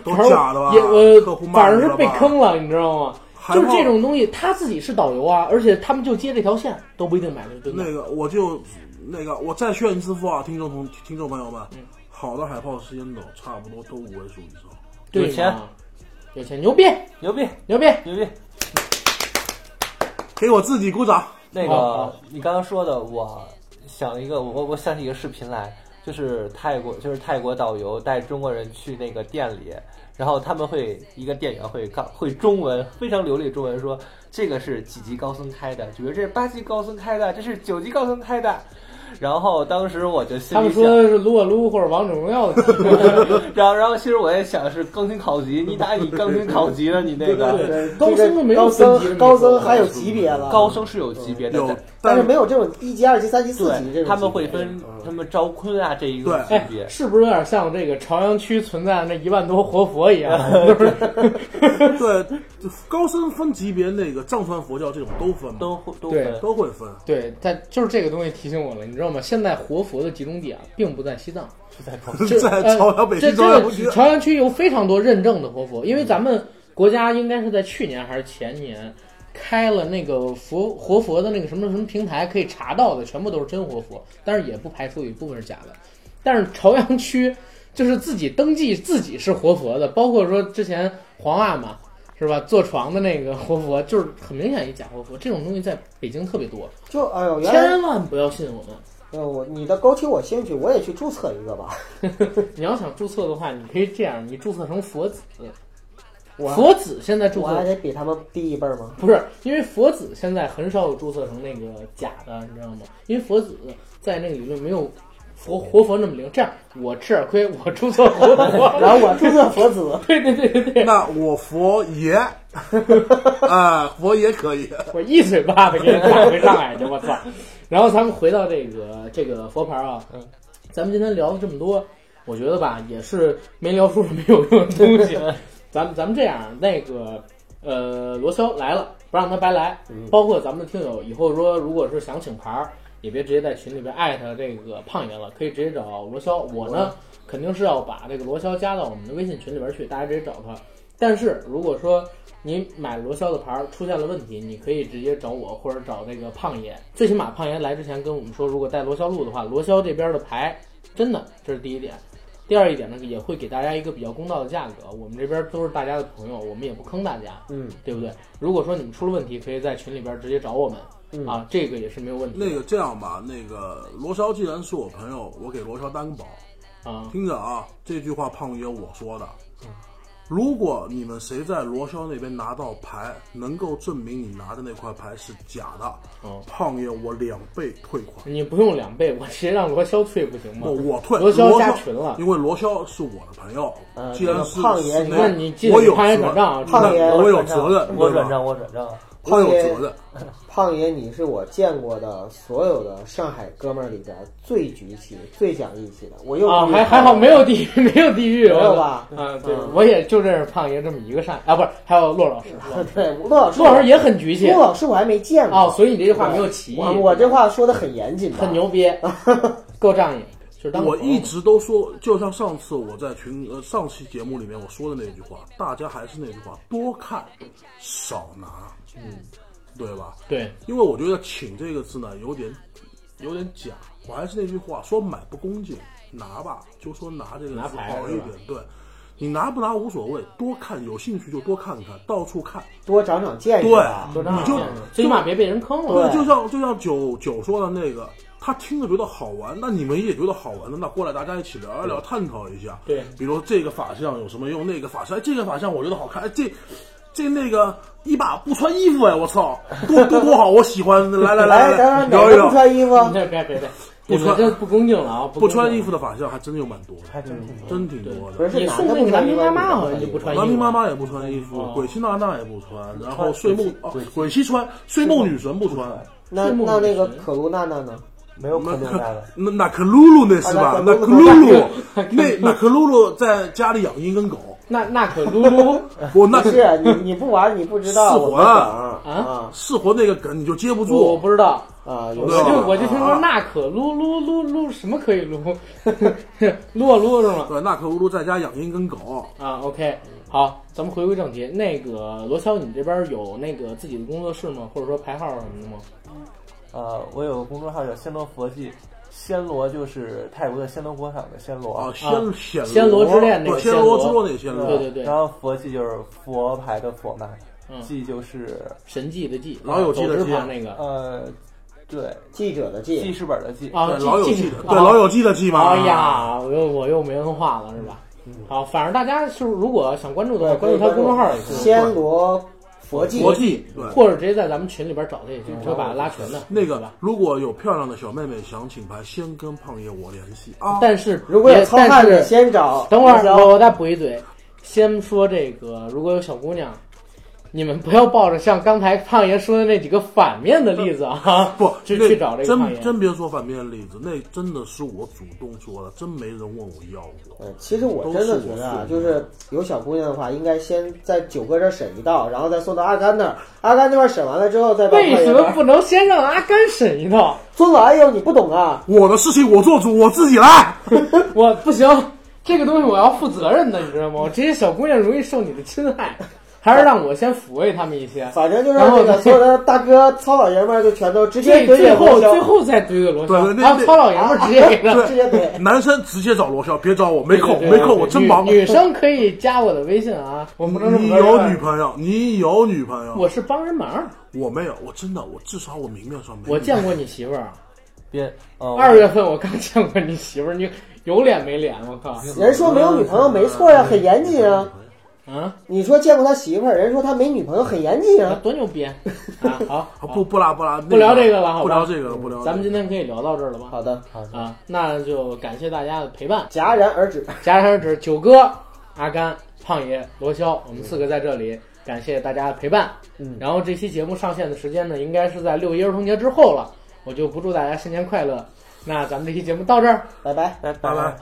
都反正假的吧也客户呃，骂反你正是了吧被坑了，你知道吗？海就是泡这种东西，他自己是导游啊，而且他们就接这条线，都不一定买的是真的。那个我就那个我再炫一次富啊，听众同听众朋友们，嗯好的海泡石烟斗差不多都五位数以上。对有钱吗，有钱，牛逼，牛逼牛逼！牛逼！给我自己鼓掌。哦那好个好你刚刚说的，我想一个，我我想起一个视频来，就是泰国，就是泰国导游带中国人去那个店里，然后他们会一个店员会告会中文，非常流利的中文说这个是几级高僧开的，比如这是八级高僧开的，这是九级高僧开的。然后当时我就心他里们想，说是撸啊撸或者王者荣耀的，然后然后其实我也想是钢琴考级，你打你钢琴考级的你那个对高僧都没有高分级这么僧一说高僧还有级别了，高僧是有级哎别的有，，但是没有有这种一级、二级、三级、四级嗯这对，种。他们会分他们招坤啊这一个级哎别，，是不是有点像这个朝阳区存在的那一万多活佛一样？不是 (laughs) (laughs) 对高僧分级别，那个藏传佛教这种都分嘛，都会都对分。都会分。对，但就是这个东西提醒我了，你知道吗？现在活佛的集中地啊，并不在西藏， (laughs) 这在呃朝阳北这京这朝阳不区个，朝阳区有非常多认证的活佛，因为咱们国家应该是在去年还是前年开了那个佛活佛的那个什么什么平台，可以查到的全部都是真活佛，但是也不排除有一部分是假的。但是朝阳区就是自己登记自己是活佛的，包括说之前黄阿玛是吧，坐床的那个活佛，就是很明显一假活佛，这种东西在北京特别多，就哎呦，原来千万不要信我们。 (laughs) 哎呦我你的勾起我兴趣，我也去注册一个吧。你要想注册的话，你可以这样，你注册成佛子。我佛子现在注我还册得比他们低一辈儿吗？不是，因为佛子现在很少有注册成那个假的，你知道吗？因为佛子在那个理论没有佛活佛那么灵。这样，我吃点亏，我注册活 (laughs) 佛。然后我注册佛 (laughs) 子，对对对对对，那我佛 (laughs) 爷啊，佛爷可以。我一嘴巴子给你打回上海去，我操！然后咱们回到这个这个佛牌啊，嗯，咱们今天聊了这么多，我觉得吧，也是没聊出什么有用的东 (laughs) 西。咱们咱们这样，那个呃，罗霄来了，不让他白来。嗯包括咱们的听友，以后说如果是想请牌儿，也别直接在群里边艾特这个胖爷了，可以直接找罗霄。我呢，肯定是要把这个罗霄加到我们的微信群里边去，大家直接找他。但是如果说你买罗霄的牌儿出现了问题，你可以直接找我或者找那个胖爷。最起码胖爷来之前跟我们说，如果带罗霄路的话，罗霄这边的牌真的，这是第一点。第二一点呢，也会给大家一个比较公道的价格。我们这边都是大家的朋友，我们也不坑大家，嗯，对不对？如果说你们出了问题，可以在群里边直接找我们，嗯啊，这个也是没有问题的。那个这样吧，那个罗霄既然是我朋友，我给罗霄担个保。啊，听着啊，这句话胖爷我说的。嗯如果你们谁在罗霄那边拿到牌，能够证明你拿的那块牌是假的，哦胖爷我两倍退款。你不用两倍，我直接让罗霄退不行吗？不，我退罗霄霄加群了，因为罗霄是我的朋友。呃既然是这个胖爷是那你记我得有胖爷责转账啊，胖爷那我有转账责任，我对吧转，账，我转账。胖有责任。胖爷，你是我见过的所有的上海哥们儿里边最局气、最讲义气的。我又啊，不是还还好没有地 (laughs) 狱，没有地狱，没有吧啊，对嗯，我也就认识胖爷这么一个善啊，不是，还有骆老师， (laughs) 对陆老师，骆老师也很局气陆老师我还没见过哦，所以你这句话没有歧义，我我这话说的很严谨吧？很牛逼，够仗义，就是当嗯我朋友一直都说，就像上次我在群呃上期节目里面我说的那句话，大家还是那句话，多看少拿，嗯，对吧？对因为我觉得“请”这个字呢，有点有点假。我还是那句话，说买不恭敬，拿吧，就说拿这个拿字牌好一是吧点。对，你拿不拿无所谓，多看，有兴趣就多看看，到处看。多长长见识对吧。够仗义你就，最起码别被人坑了对。就像就像九九说的那个，他听着觉得好玩，那你们也觉得好玩的，那过来大家一起聊一聊，探讨一下。对比如这个法相有什么用，那个法相，哎，这个法相我觉得好看，哎，这这那个一把不穿衣服，哎，我操，多多多好，我喜欢。来来哎来，等来，哎等，哪聊一个不聊。穿衣服？别别别别，不你们穿这不恭敬了啊！不恭敬了穿衣服的法相还真有蛮多的，还真真挺多不的。是是你男送的那不个穿南衣平服，妈妈好女像的就不不穿衣服穿衣服，南平妈妈也不穿衣服哦，鬼泣娜娜也不穿，然后睡梦哦，鬼泣穿，睡梦女神不穿，那是梦那那个女神可露娜娜呢？没有可能大那的， (laughs) 那那克露露那是吧啊？那那克克露露露露，那那克露露在家里养一根狗，那那可撸撸， (laughs) 我那不是啊你你不玩你不知道。是我我啊啊啊是活那个梗你就接不我住，不知道，啊！有我对就吧我就听说那可撸撸撸撸什么可以 (laughs) 撸，撸啊撸是吗？对，那克露露在家养一根狗，啊，OK，好，咱们回归正题。那个罗霄，你这边有那个自己的工作室吗？或者说排号什么的吗？呃，我有个公众号叫“暹罗佛记”，暹罗就是泰国的暹罗国场的暹罗啊啊，暹暹暹罗之恋那个对暹暹罗罗之恋那暹对罗，对对然后佛记就是佛牌的佛嘛嗯，记就是神迹的迹，啊老友记的走之记旁那啊个呃，对，记者的记记，事本的记。啊，对老友记的，对啊老友记的记嘛，哎，呀，我又我又没文化了是吧？好，反正大家就是如果想关注的话，对，关注他公众号也行。暹罗佛记国际对。或者直接在咱们群里边找这也行，我会把他拉群的。那好个吧，，如果有漂亮的小妹妹想请牌，先跟胖爷我联系啊。但是如果有也糙汉但子，是先找等会儿罗霄我我再补一嘴，先说这个，如果有小姑娘，你们不要抱着像刚才胖爷说的那几个反面的例子啊， (laughs) 不， (laughs) 去那去找这个胖爷真。真别说反面的例子，那真的是我主动说的，真没人问我要过。嗯，其实我真的觉得啊，就是有小姑娘的话，应该先在九哥这儿审一道，然后再送到阿甘那儿。阿甘那边审完了之后，再把为胖爷什那么儿。不能先让阿甘审一道？孙老，哎呦，你不懂啊！我的事情我做主，我自 (laughs) 己来。我不行，这个东西我要负责任的，你知道吗？我这些小姑娘容易受你的侵 (laughs) 害，还是让我先抚慰她们一些。反正就是然后这个呢所有的大哥、糙老爷们儿就全都直接最怼最脸后过最后再怼怼罗对霄，对对然后对糙老爷们儿直接 (laughs) 给他。直接怼。男生直接找罗霄，别找我，没空，对没对空，我对真女忙。女生可以加我的微信啊，我不能这你么多人有女朋友？你有女朋友？我是帮人忙，我没有，我真的，我至少我明面上没有。我见过你媳妇儿。啊别，嗯二月份我刚见过你媳妇儿，你 (laughs) 有脸没脸？我靠！人说没有女朋友没错呀、很严谨啊。啊，你说见过他媳妇儿，人说他没女朋友，很严谨啊。多牛逼 (laughs) 啊！好，啊。好不不拉不拉，不不聊这个了，好吧？不聊这个了，不聊这个了。咱们今天可以聊到这儿了吧？好的，啊，那就感谢大家的陪伴。戛然而止。戛然而止，九哥、阿甘、胖爷、罗霄，我们四个在这里感谢大家的陪伴。嗯然后这期节目上线的时间呢，应该是在六一儿童节之后了，我就不祝大家新年快乐。那咱们这期节目到这儿，拜拜。拜拜拜。